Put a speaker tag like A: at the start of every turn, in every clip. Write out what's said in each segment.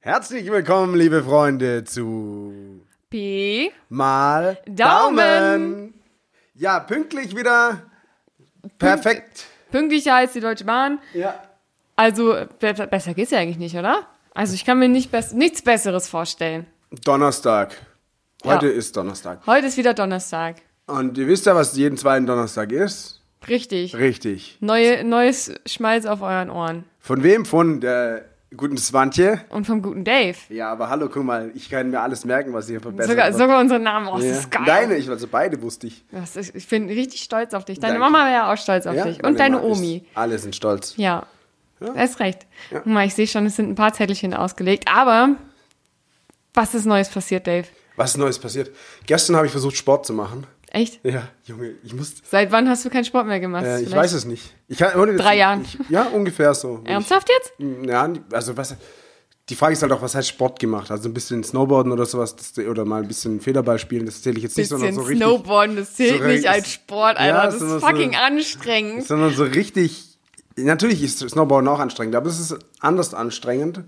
A: Herzlich willkommen, liebe Freunde, zu
B: P.
A: Mal
B: Daumen.
A: Ja, pünktlich wieder. Perfekt.
B: Pünktlicher als die Deutsche Bahn.
A: Ja.
B: Also be be- besser geht's ja eigentlich nicht, oder? Also ich kann mir nicht bess nichts Besseres vorstellen.
A: Donnerstag. Heute
B: Ja.
A: ist Donnerstag.
B: Heute ist wieder Donnerstag.
A: Und ihr wisst ja, was jeden zweiten Donnerstag ist?
B: Richtig.
A: Richtig.
B: Neue, neues Schmalz auf euren Ohren.
A: Von wem? Von der guten Swantje.
B: Und vom guten Dave.
A: Ja, aber hallo, guck mal, ich kann mir alles merken, was ihr verbessert
B: Sogar,
A: habt.
B: sogar unseren Namen. Oh, das ist geil.
A: Deine, ich, also beide wusste ich.
B: Das ist, ich bin richtig stolz auf dich. Deine
A: Danke.
B: Mama wäre auch stolz auf
A: Ja,
B: dich.
A: meine
B: Und deine
A: Mama ist-
B: Omi.
A: Alle sind stolz.
B: Ja. ja. Ist recht. Guck mal, ich sehe schon, es sind ein paar Zettelchen ausgelegt. Aber was ist Neues passiert, Dave?
A: Was ist Neues passiert? Gestern habe ich versucht, Sport zu machen.
B: Echt?
A: Ja, Junge, ich muss,
B: Seit wann hast du keinen Sport mehr gemacht?
A: Äh, ich
B: Vielleicht-
A: weiß es nicht. Ich kann, ohne,
B: Drei Jahren.
A: Ich, ja, ungefähr so. Wenn
B: Ernsthaft jetzt?
A: Ich, ja, also was. Die Frage ist halt auch, was heißt Sport gemacht? Also ein bisschen Snowboarden oder sowas das, oder mal ein bisschen Federball spielen, das zähle ich jetzt nicht, sondern
B: Bisschen
A: so richtig.
B: Snowboarden, das zählt
A: so
B: nicht
A: richtig-
B: als Sport, Alter.
A: Ja,
B: das
A: so-
B: ist
A: so-
B: fucking anstrengend.
A: Sondern so richtig. Natürlich ist Snowboarden auch anstrengend, aber es ist anders anstrengend,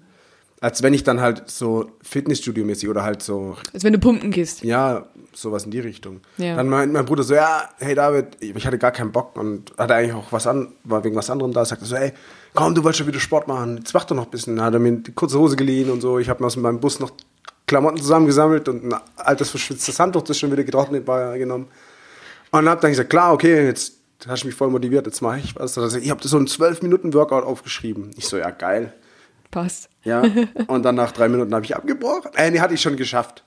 A: als wenn ich dann halt so Fitnessstudio-mäßig oder halt so,
B: Als wenn du pumpen gehst.
A: ja, sowas in die Richtung.
B: Ja.
A: Dann meint mein Bruder so, ja, hey David, ich hatte gar keinen Bock und hatte eigentlich auch was an, war wegen was anderem da, sagte so, ey, komm, du wolltest schon wieder Sport machen, jetzt mach doch noch ein bisschen. Dann hat er mir die kurze Hose geliehen und so, ich habe mir aus meinem Bus noch Klamotten zusammengesammelt und ein altes verschwitztes Handtuch, das schon wieder getrocknet war, genommen. Und hab dann gesagt, klar, okay, jetzt hast du mich voll motiviert, jetzt mache ich was. Und er sagt, Ich habe so einen 12-Minuten-Workout aufgeschrieben. Ich so, ja, geil.
B: Passt.
A: Ja. Und dann nach drei Minuten habe ich abgebrochen. Äh, nee, hatte ich schon geschafft.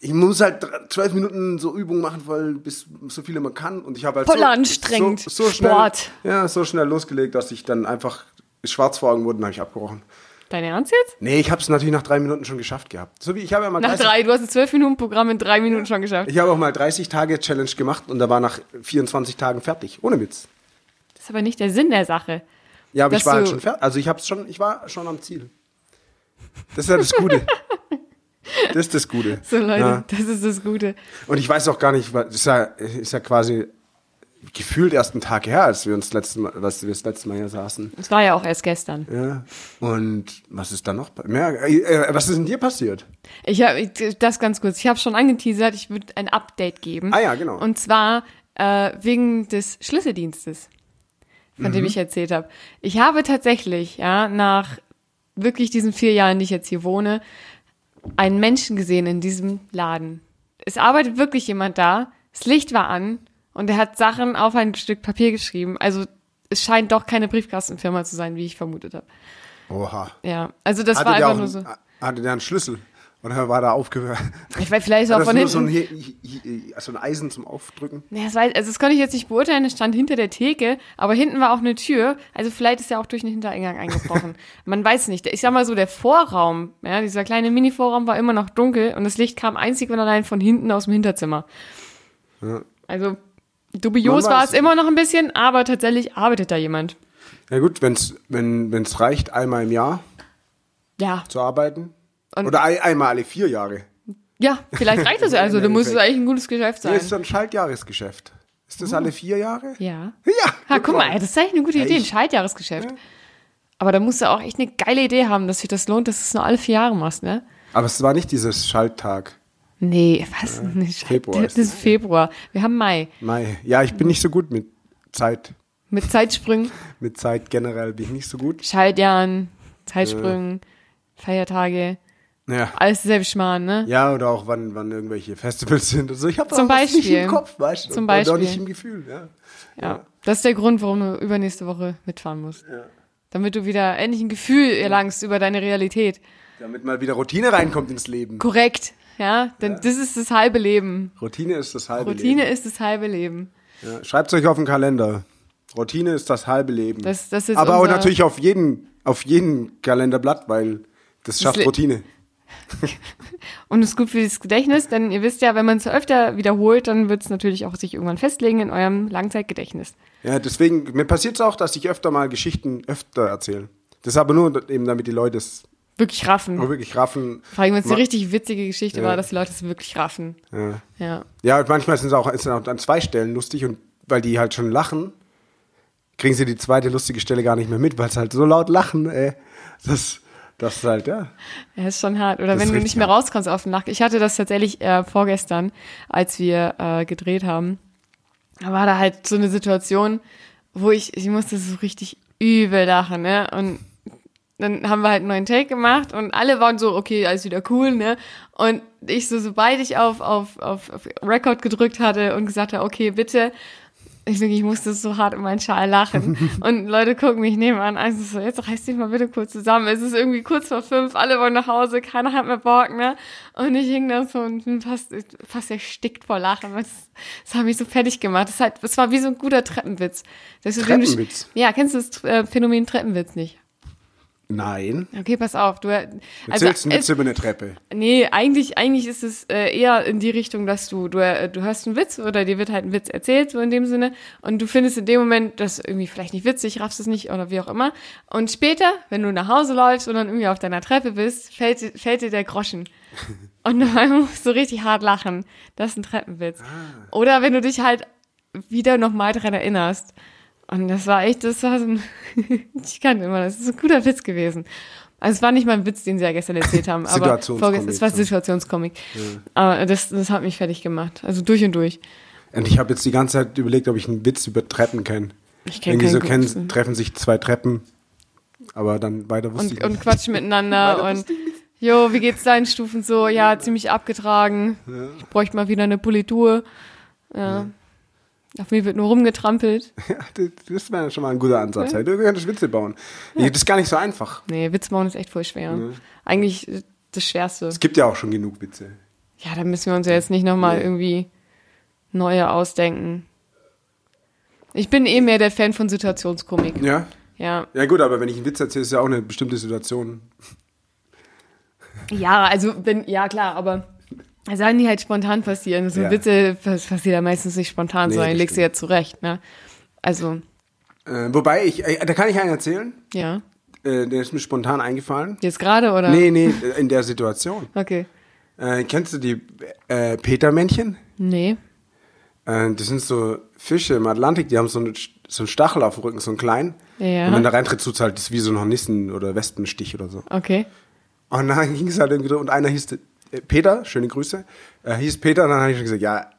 A: Ich muss halt dr- zwölf Minuten so Übungen machen, weil bis so viele man kann. Und ich habe halt
B: Voll
A: so,
B: anstrengend.
A: So, so schnell,
B: Sport.
A: Ja, so schnell losgelegt, dass ich dann einfach schwarz vor Augen wurde und habe ich abgebrochen.
B: Dein Ernst jetzt?
A: Nee, ich habe es natürlich nach drei Minuten schon geschafft gehabt. So wie ich habe ja mal
B: Nach
A: 30
B: drei, du hast ein 12-Minuten-Programm in drei Minuten schon geschafft.
A: ich habe auch mal 30 Tage Challenge gemacht und da war nach 24 Tagen fertig, ohne Witz.
B: Das ist aber nicht der Sinn der Sache.
A: Ja, aber
B: Dass
A: ich war halt
B: du-
A: schon fertig. Also ich hab's schon, ich war schon am Ziel. Das ist ja das Gute. das ist das Gute.
B: So, Leute,
A: Ja.
B: das ist das Gute.
A: Und ich weiß auch gar nicht, weil das ist ja, ist ja quasi gefühlt erst ein Tag her, als wir uns letzten Mal, was wir das letzte Mal hier saßen.
B: Das war ja auch erst gestern.
A: Ja. Und was ist da noch? pa- Mehr, äh, äh, was ist denn dir passiert?
B: Ich habe das ganz kurz. Ich habe schon angeteasert, ich würde ein Update geben.
A: Ah ja, genau.
B: Und zwar äh, wegen des Schlüsseldienstes, von
A: Mhm.
B: dem ich erzählt habe. Ich habe tatsächlich, ja, nach wirklich diesen vier Jahren, die ich jetzt hier wohne, einen Menschen gesehen in diesem Laden. Es arbeitet wirklich jemand da. Das Licht war an und er hat Sachen auf ein Stück Papier geschrieben. Also es scheint doch keine Briefkastenfirma zu sein, wie ich vermutet habe.
A: Oha.
B: Ja, also das
A: Hatte
B: war
A: der,
B: einfach
A: auch,
B: nur so.
A: hatte der einen Schlüssel? Oder war da aufgehört?
B: Ich weiß, vielleicht ist
A: War
B: auch
A: das
B: von
A: nur
B: hinten.
A: so ein, He- He- He- so ein Eisen zum Aufdrücken?
B: Ja, das, weiß, also das konnte ich jetzt nicht beurteilen, es stand hinter der Theke, aber hinten war auch eine Tür, also vielleicht ist er auch durch den Hintereingang eingebrochen. Man weiß nicht. Ich sag mal so, der Vorraum, ja, dieser kleine Mini-Vorraum war immer noch dunkel und das Licht kam einzig und allein von hinten aus dem Hinterzimmer. Also dubios
A: Man
B: war
A: weiß
B: es immer noch ein bisschen, aber tatsächlich arbeitet da jemand.
A: Na gut, wenn's, wenn es reicht, einmal im Jahr
B: Ja,
A: zu arbeiten.
B: Und-
A: Oder ein, einmal alle vier Jahre.
B: ja, vielleicht reicht das. Also,
A: Im
B: du musst es
A: Endeffekt.
B: eigentlich ein gutes Geschäft
A: Hier
B: sein.
A: ist so ein Schaltjahresgeschäft. Ist das alle vier Jahre?
B: Oh. Ja.
A: Ja,
B: Ha, guck mal, das ist eigentlich eine gute
A: Ja,
B: Idee, ein
A: ich-
B: Schaltjahresgeschäft. Aber da musst du auch echt eine geile Idee haben, dass sich das lohnt, dass du es nur alle vier Jahre machst, ne?
A: Aber es war nicht dieses Schalttag.
B: Nee, was? Eine Schal-
A: Februar
B: Das
A: ist
B: ist Februar. Wir haben Mai.
A: Mai. Ja, ich bin nicht so gut mit Zeit.
B: Mit Zeitsprüngen,
A: Mit Zeit generell bin ich nicht so gut.
B: Schaltjahren, Zeitsprüngen, Feiertage,
A: Ja.
B: alles selbe Schmarrn, ne?
A: Ja, oder auch wann, wann irgendwelche Festivals sind und so. Ich habe
B: Zum
A: nicht
B: Beispiel.
A: im Kopf, weißt du?
B: Zum
A: Und auch
B: Beispiel.
A: nicht im Gefühl, ja.
B: Ja. Das ist der Grund, warum du übernächste Woche mitfahren musst. Damit du wieder endlich ein Gefühl erlangst über deine Realität.
A: Damit mal wieder Routine reinkommt ins Leben.
B: Korrekt, ja? Denn das ist das halbe Leben.
A: Routine ist das halbe
B: Routine
A: Leben.
B: ist das halbe Leben.
A: Ja. Schreibt euch auf den Kalender. Routine ist das halbe Leben.
B: Das- das ist
A: Aber auch
B: unser-
A: natürlich auf jeden, auf jeden Kalenderblatt, weil das schafft
B: Le-
A: Routine.
B: Und ist gut für das Gedächtnis, denn ihr wisst ja, wenn man es öfter wiederholt, dann wird es natürlich auch sich irgendwann festlegen in eurem Langzeitgedächtnis.
A: Ja, deswegen, mir passiert es auch, dass ich öfter mal Geschichten öfter erzähle. Das ist aber nur eben, damit die Leute es
B: Wirklich raffen.
A: auch wirklich raffen.
B: Vor allem, wenn es
A: Ma-
B: eine richtig witzige Geschichte
A: Ja.
B: war, dass die Leute es wirklich raffen.
A: Ja,
B: Ja.
A: ja und manchmal sind es auch, ist es auch an zwei Stellen lustig und weil die halt schon lachen, kriegen sie die zweite lustige Stelle gar nicht mehr mit, weil es halt so laut lachen, ey. äh, Das, Das ist halt, ja.
B: Ja, ist schon hart. Oder
A: Das
B: wenn
A: ist
B: du
A: richtig
B: nicht mehr
A: hart.
B: rauskommst auf den Nacht. Ich hatte das tatsächlich äh, vorgestern, als wir äh, gedreht haben. Da war da halt so eine Situation, wo ich, ich musste so richtig übel lachen, ne? Und dann haben wir halt einen neuen Take gemacht und alle waren so, okay, alles wieder cool, ne? Und ich so, sobald ich auf, auf, auf, auf Record gedrückt hatte und gesagt habe, okay, bitte, ich wirklich musste so hart in meinen Schal lachen. Und Leute gucken mich nebenan an. Also so, jetzt reiß dich mal bitte kurz zusammen. Es ist irgendwie kurz vor fünf, alle wollen nach Hause, keiner hat mehr Bock, ne? Und ich hing da so und bin fast, fast erstickt vor Lachen. weil Es es hat mich so fertig gemacht. Es hat, es war wie so ein guter Treppenwitz. Das ist, wenn du-
A: Treppenwitz?
B: Ja, kennst du das äh, Phänomen Treppenwitz nicht?
A: Nein.
B: Okay, pass auf. Du, also,
A: Erzählst du einen
B: es-
A: Witz über eine Treppe?
B: Nee, eigentlich, eigentlich ist es äh, eher in die Richtung, dass du, du, äh, du hörst einen Witz oder dir wird halt ein Witz erzählt, so in dem Sinne, und du findest in dem Moment das irgendwie vielleicht nicht witzig, raffst es nicht oder wie auch immer. Und später, wenn du nach Hause läufst und dann irgendwie auf deiner Treppe bist, fällt, dir- fällt dir der Groschen. Und dann musst du richtig hart lachen. Das ist ein Treppenwitz.
A: Ah.
B: Oder wenn du dich halt wieder nochmal dran erinnerst. Und das war echt, das war so ein, ich kann immer, das ist ein guter Witz gewesen. Also es war nicht mal ein Witz, den sie ja gestern erzählt haben, aber
A: Situationskomik, ne?
B: vorgestern- es war
A: so.
B: Situationskomik. Aber das, das hat mich fertig gemacht. Also durch und durch.
A: Und ich habe jetzt die ganze Zeit überlegt, ob ich einen Witz über Treppen kenne.
B: Ich kenn
A: Irgendwie
B: keinen
A: so
B: guten
A: kennen,
B: Witz.
A: treffen sich zwei Treppen, aber dann weiter wusste
B: Und,
A: ich
B: und
A: nicht.
B: quatschen miteinander
A: Weiter
B: und jo, wie geht's deinen Stufen so? Ja, ziemlich abgetragen. Ich bräuchte mal wieder eine Politur. Ja. Auf mir wird nur rumgetrampelt.
A: Ja, das- das wäre schon mal ein guter Ansatz. Hey, Du könntest Witze bauen. Das ist gar nicht so einfach.
B: Nee, Witz bauen ist echt voll schwer.
A: Mhm.
B: Eigentlich äh, das Schwerste.
A: Es gibt ja auch schon genug Witze.
B: Ja, da müssen wir uns ja jetzt nicht nochmal irgendwie neue ausdenken. Ich bin eh mehr der Fan von Situationskomik.
A: Ja?
B: Ja.
A: Ja gut, aber wenn ich einen Witz erzähle, ist ja auch eine bestimmte Situation.
B: Ja, also wenn, ja klar, aber Sachen, die halt spontan passieren. So
A: Ja.
B: Witze pass- passiert ja meistens nicht spontan,
A: Nee,
B: sondern
A: das
B: legst du ja zurecht, ne? Also,
A: Äh, wobei ich, äh, da kann ich einen erzählen.
B: ja.
A: Äh, der ist mir spontan eingefallen.
B: Jetzt gerade, oder?
A: Nee, nee, äh, in der Situation.
B: Okay.
A: Äh, kennst du die äh, Petermännchen?
B: Nee.
A: Äh, das sind so Fische im Atlantik, die haben so, eine, so einen Stachel auf dem Rücken, so einen kleinen.
B: Ja.
A: Und wenn da reintritt, tut es halt das ist wie so ein Hornissen- oder Wespenstich oder so.
B: Okay.
A: Und dann ging es halt irgendwie so, und einer hieß äh, Peter, schöne Grüße, äh, hieß Peter, und dann habe ich schon gesagt, ja,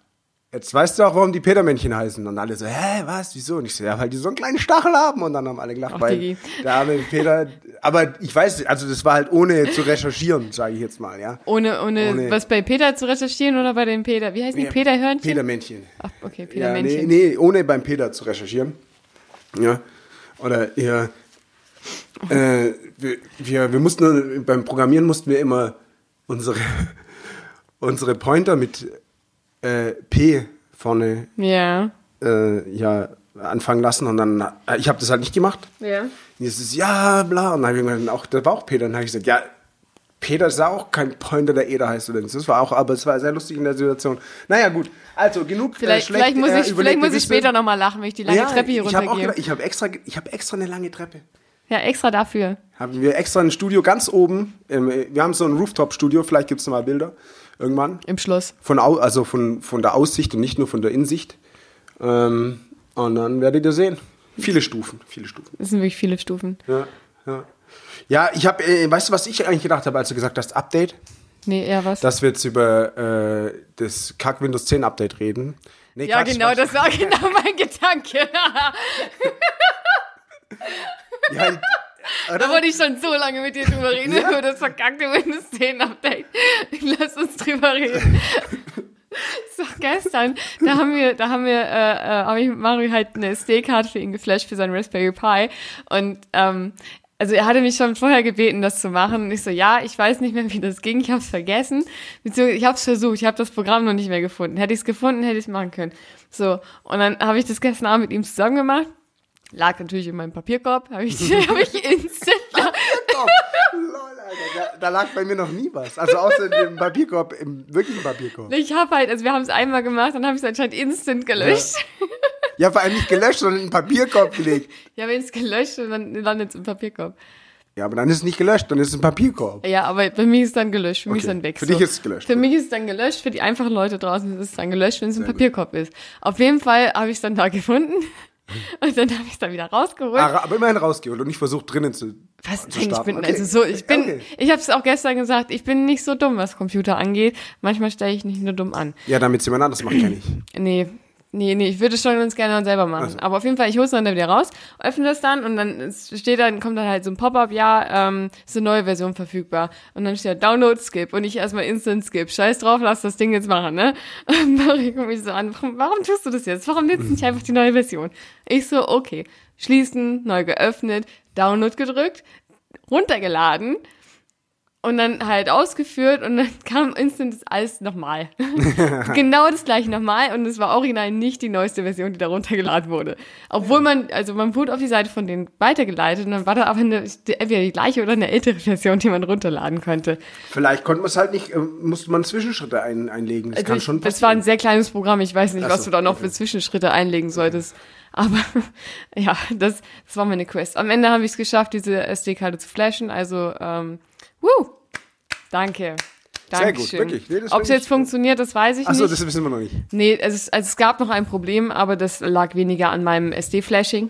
A: jetzt weißt du auch, warum die Petermännchen heißen. Und alle so, hä, was, wieso? Und ich so, ja, weil die so einen kleinen Stachel haben. Und dann haben alle gelacht,
B: Ach,
A: weil
B: Digi.
A: der arme Peter, aber ich weiß, also das war halt ohne zu recherchieren, sage ich jetzt mal, ja.
B: Ohne, ohne,
A: Ohne-
B: was bei Peter zu recherchieren oder bei dem Peter? Wie heißen die? Peterhörnchen?
A: Petermännchen.
B: Ach, okay,
A: Ja,
B: Petermännchen.
A: nee, nee, ohne beim Peter zu recherchieren. Ja. Oder ja. Äh, wir, wir, wir mussten beim Programmieren mussten wir immer unsere, unsere Pointer mit äh, P vorne
B: Ja.
A: äh, ja, anfangen lassen und dann äh, ich habe das halt nicht gemacht.
B: Ja.
A: Und jetzt ist ja bla und dann hab ich irgendwann auch da war auch Peter und dann habe ich gesagt, ja, Peter ist auch kein Pointer, der Eder heißt übrigens. Das war auch, aber es war sehr lustig in der Situation. Naja, gut. Also genug
B: Vielleicht,
A: äh, schlecht,
B: vielleicht muss
A: äh,
B: ich, vielleicht
A: überlegte
B: muss ich
A: Witze.
B: später nochmal lachen, wenn ich die lange Treppe hier
A: ich hab auch
B: runtergehe.
A: gedacht, Ich habe extra, ge- ich hab extra eine lange Treppe.
B: Ja, extra dafür.
A: Haben wir extra ein Studio ganz oben. ähm, Wir haben so ein Rooftop-Studio, vielleicht gibt es mal Bilder irgendwann.
B: Im Schloss.
A: Von, au- also von, von der Aussicht und nicht nur von der Insicht. Ähm, Und dann werdet ihr sehen. Viele Stufen, viele Stufen.
B: Es sind wirklich viele Stufen.
A: Ja, ja. ja ich habe, äh, weißt du, was ich eigentlich gedacht habe, als du gesagt hast, Update?
B: Nee, ja, was?
A: Dass wir jetzt über äh, das Kack Windows 10 Update reden. Nee,
B: ja,
A: Quatsch,
B: genau,
A: Quatsch.
B: das war genau mein Gedanke.
A: Ja,
B: da wollte ich schon so lange mit dir drüber reden, über das verkackte Windows 10 Update. Lass uns drüber reden. Das war gestern. Da haben wir, da haben wir, äh, äh, habe ich mit Mario halt eine SD-Karte für ihn geflasht für seinen Raspberry Pi. Und ähm, also er hatte mich schon vorher gebeten, das zu machen. Und ich so, ja, ich weiß nicht mehr, wie das ging. Ich habe es vergessen. Beziehungsweise ich habe es versucht. Ich habe das Programm noch nicht mehr gefunden. Hätte ich es gefunden, hätte ich es machen können. So, und dann habe ich das gestern Abend mit ihm zusammen gemacht. Lag natürlich in meinem Papierkorb. Habe ich, hab ich instant
A: Papierkorb. Lol, Alter. Da, da lag bei mir noch nie was. Also außer im Papierkorb, im wirklichen Papierkorb.
B: Ich habe halt, also wir haben es einmal gemacht, dann habe ich es anscheinend instant gelöscht.
A: Ja, vor allem nicht gelöscht, sondern in den Papierkorb gelegt.
B: Ich habe es gelöscht und dann landet es im Papierkorb.
A: Ja, aber dann ist es nicht gelöscht, dann ist es ein Papierkorb.
B: Ja, aber bei mir ist es dann gelöscht, für mich ist
A: Okay.
B: dann weg.
A: Für dich ist es gelöscht.
B: Für mich ist es dann gelöscht, für die einfachen Leute draußen ist es dann gelöscht, wenn es im Papierkorb ist. Auf jeden Fall habe ich es dann da gefunden und dann habe ich es dann wieder rausgeholt.
A: Ah, ra- Aber immerhin rausgeholt und nicht versucht drinnen zu
B: Was?
A: zu
B: Nein, ich
A: starten.
B: bin,
A: Okay.
B: also so, ich bin,
A: Okay.
B: ich habe es auch gestern gesagt, ich bin nicht so dumm, was Computer angeht. Manchmal stelle ich nicht nur dumm an.
A: Ja, damit es jemand anderes macht, kenne ich.
B: Nee, nee, nee, ich würde es schon ganz gerne selber machen. Aber auf jeden Fall, ich hole es dann wieder raus, öffne das dann und dann steht dann, kommt dann halt so ein Pop-up, ja, ähm, ist eine neue Version verfügbar. Und dann steht da Download Skip und ich erstmal Instant Skip. Scheiß drauf, lass das Ding jetzt machen, ne? Und Marie guckt mich so an, warum, warum tust du das jetzt? Warum nimmst du nicht einfach die neue Version? Ich so, okay, schließen, neu geöffnet, Download gedrückt, runtergeladen. Und dann halt ausgeführt und dann kam instant das alles nochmal genau das gleiche nochmal und es war original nicht die neueste Version, die da runtergeladen wurde. Obwohl man, also man wurde auf die Seite von denen weitergeleitet und dann war da aber eine, entweder die gleiche oder eine ältere Version, die man runterladen konnte.
A: Vielleicht konnte man es halt nicht, äh, musste man Zwischenschritte ein, einlegen. Das
B: Also
A: kann
B: ich,
A: schon
B: das war ein sehr kleines Programm, ich weiß nicht,
A: Ach
B: was
A: so,
B: du da noch
A: okay.
B: für Zwischenschritte einlegen solltest. Aber ja, das, das war meine Quest. Am Ende habe ich es geschafft, diese SD-Karte zu flashen, also ähm, woo, danke.
A: Sehr
B: Dankeschön.
A: gut, wirklich. Nee, das
B: Ob es
A: finde
B: jetzt funktioniert, das weiß ich
A: Achso,
B: nicht.
A: das wissen wir noch nicht.
B: Nee, also es, also es gab noch ein Problem, aber das lag weniger an meinem SD-Flashing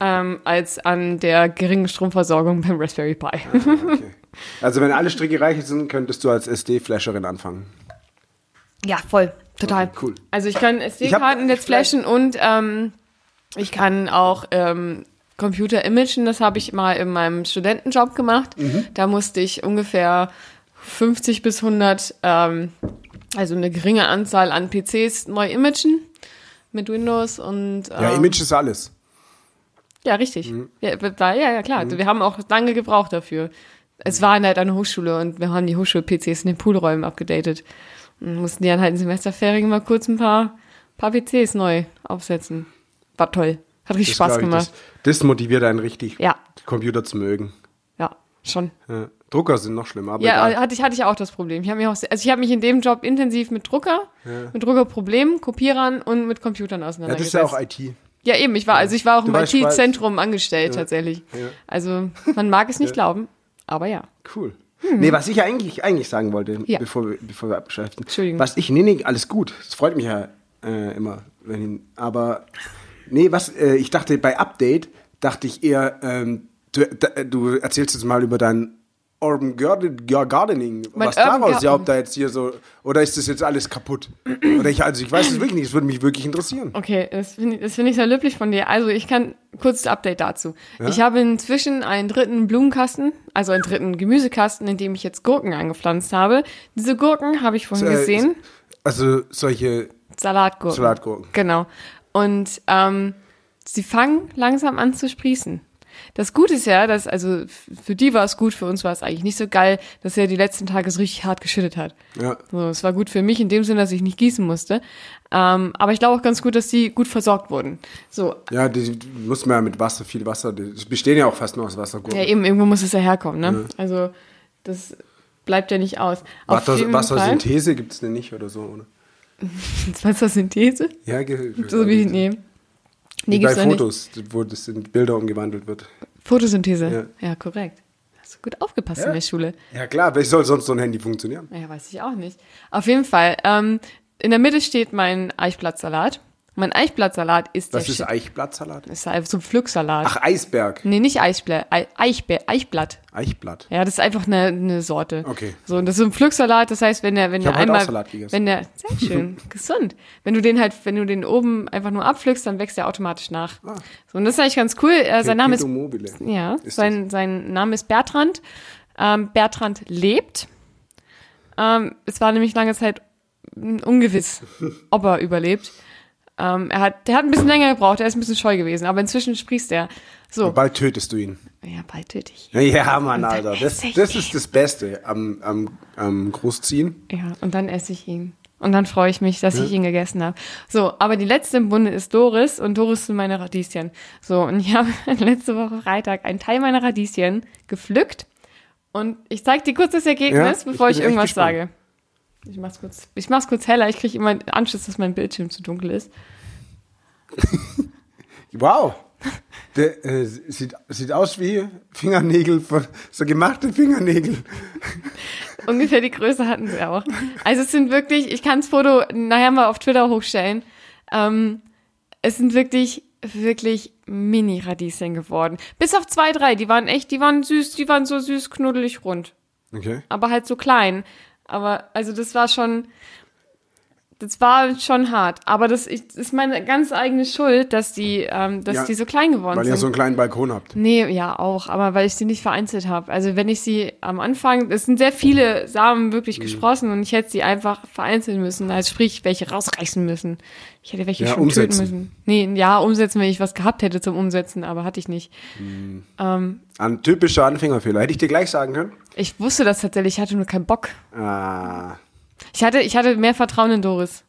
B: ähm, als an der geringen Stromversorgung beim Raspberry Pi.
A: Okay. Also wenn alle Stricke reich sind, könntest du als SD-Flasherin anfangen.
B: ja, voll. Total.
A: Okay, cool.
B: Also ich kann SD-Karten jetzt
A: vielleicht-
B: flashen und ähm, ich kann auch ähm, Computer imagen. Das habe ich mal in meinem Studentenjob gemacht.
A: Mhm.
B: Da musste ich ungefähr 50 bis 100, ähm, also eine geringe Anzahl an PCs neu imagen mit Windows und
A: Ja,
B: ähm,
A: Image ist alles.
B: Ja, richtig.
A: Mhm.
B: Ja, war, ja, ja, klar. Wir haben auch lange gebraucht dafür. Es war halt eine Hochschule und wir haben die Hochschul-PCs in den Poolräumen abgedatet. Und mussten die dann halt in Semesterferien mal kurz ein paar, paar PCs neu aufsetzen. War toll. Hat richtig
A: Das,
B: Spaß
A: glaub ich,
B: gemacht.
A: Das, das motiviert einen richtig,
B: Ja.
A: Computer zu mögen.
B: Ja, schon.
A: Ja. Drucker sind noch schlimmer, aber
B: Ja,
A: egal.
B: hatte ich, hatte ich auch das Problem. Ich habe mich auch, sehr- also ich habe mich in dem Job intensiv mit Drucker, mit Druckerproblemen, Kopierern und mit Computern
A: Ja, das ist
B: auseinandergesetzt.
A: ja auch IT.
B: Ja, eben, ich war, also ich war auch
A: Du
B: im
A: warst schwarz.
B: IT-Zentrum angestellt tatsächlich. Also man mag es nicht glauben, aber ja.
A: Cool. Nee, was ich ja eigentlich, eigentlich sagen wollte,
B: Hm. Ja.
A: bevor, wir, bevor wir abschalten.
B: Entschuldigung.
A: Was ich, nee, nee, alles gut. Es freut mich ja äh, immer, wenn aber nee, was, äh, ich dachte bei Update, dachte ich eher, ähm, du, da, du erzählst jetzt mal über dein Urban Garden, ja, Gardening,
B: Mein
A: was
B: Urban
A: daraus, ja,
B: Garden.
A: ob da jetzt hier so, oder ist das jetzt alles kaputt? Oder ich, also ich weiß es wirklich nicht, es würde mich wirklich interessieren.
B: Okay, das finde ich, das finde ich sehr löblich von dir. Also ich kann kurzes Update dazu. Ich habe inzwischen einen dritten Blumenkasten, also einen dritten Gemüsekasten, in dem ich jetzt Gurken angepflanzt habe. Diese Gurken habe ich vorhin
A: Äh,
B: gesehen.
A: Also solche,
B: Salatgurken.
A: Salatgurken.
B: Genau. Und ähm, sie fangen langsam an zu sprießen. Das Gute ist ja, dass, also f- für die war es gut, für uns war es eigentlich nicht so geil, dass er die letzten Tage so richtig hart geschüttet hat.
A: ja,
B: So, es war gut für mich in dem Sinne, dass ich nicht gießen musste. Ähm, aber ich glaube auch ganz gut, dass die gut versorgt wurden. So,
A: ja, die, die muss man ja mit Wasser, viel Wasser, die bestehen ja auch fast nur aus Wassergurken.
B: Ja, eben, irgendwo muss es ja herkommen, ne? Also, das bleibt ja nicht aus. Auf
A: Wasser,
B: jeden Fall-
A: Wassersynthese gibt es denn nicht oder so, oder?
B: Wassersynthese?
A: Ja, ge-
B: So wie, nee. Nee,
A: wie bei
B: gibt's doch nicht.
A: Fotos, wo das in Bilder umgewandelt wird.
B: Photosynthese. Ja, korrekt. Hast du gut aufgepasst
A: Ja.
B: in der Schule.
A: Ja klar, wie soll sonst so ein Handy funktionieren?
B: Naja, weiß ich auch nicht. Auf jeden Fall, ähm, in der Mitte steht mein Eichblattsalat. Mein Eichblattsalat ist
A: Was
B: der
A: ist
B: Shit.
A: Eichblattsalat?
B: Ist halt so ein Pflücksalat.
A: Ach, Eisberg.
B: Nee, nicht Eichblä Ei- Eichbe Eichblatt.
A: Eichblatt.
B: Ja, das ist einfach eine, eine Sorte.
A: Okay.
B: So, und das ist ein Pflücksalat, das heißt, wenn der, wenn
A: Ich
B: der
A: hab heute
B: einmal.
A: auch Salat gegessen.
B: Wenn der, sehr schön, gesund. Wenn du den halt, wenn du den oben einfach nur abpflückst, dann wächst der automatisch nach.
A: Ah.
B: So, und das ist eigentlich ganz cool. Äh, sein Name ist.
A: Perpetuum Mobile.
B: Ja,
A: um- Ist
B: sein, sein Name ist Bertrand. Ähm, Bertrand lebt. Ähm, es war nämlich lange Zeit mm, ungewiss, ob er überlebt. Ähm, er hat, der hat ein bisschen länger gebraucht, er ist ein bisschen scheu gewesen, aber inzwischen sprießt er. So,
A: Und bald tötest du ihn.
B: ja, bald töte ich.
A: Ja, Mann, Alter.
B: dann
A: Das,
B: esse ich
A: das
B: ihn.
A: ist das Beste am, am, am Großziehen.
B: Ja, und dann esse ich ihn. Und dann freue ich mich, dass ich ihn gegessen habe. So, aber die letzte im Bunde ist Doris und Doris sind meine Radieschen. So, und ich habe letzte Woche Freitag einen Teil meiner Radieschen gepflückt. Und ich zeige dir kurz das Ergebnis,
A: Ja, ich
B: bevor
A: bin
B: ich
A: echt
B: irgendwas
A: gespannt.
B: sage. Ich mach's kurz, ich mach's kurz heller. Ich kriege immer einen Anschiss, dass mein Bildschirm zu dunkel ist.
A: Wow. Der, äh, sieht, sieht aus wie Fingernägel, von, so gemachte Fingernägel.
B: Ungefähr die Größe hatten sie auch. Also es sind wirklich, ich kann das Foto nachher mal auf Twitter hochstellen. Ähm, es sind wirklich wirklich Mini-Radieschen geworden. Bis auf zwei, drei. Die waren echt, die waren süß, die waren so süß, knuddelig rund.
A: Okay.
B: Aber halt so klein. Aber, also das war schon, das war schon hart. Aber das ist ist meine ganz eigene Schuld, dass die, ähm, dass
A: Ja,
B: die so klein geworden
A: Weil ihr
B: sind.
A: so einen kleinen Balkon habt.
B: Nee, ja, auch, aber weil ich sie nicht vereinzelt habe. Also wenn ich sie am Anfang, es sind sehr viele Samen
A: Mhm.
B: wirklich gesprossen und ich hätte sie einfach vereinzeln müssen, also sprich, welche rausreißen müssen. Ich hätte welche
A: Ja,
B: schon
A: umsetzen.
B: töten müssen. Nee, ja, umsetzen, wenn ich was gehabt hätte zum Umsetzen, aber hatte ich nicht.
A: Mhm.
B: Ähm,
A: Ein typischer Anfängerfehler. Hätte ich dir gleich sagen können.
B: ich wusste das tatsächlich, ich hatte nur keinen Bock.
A: Ah,
B: Ich hatte, ich hatte mehr Vertrauen in Doris,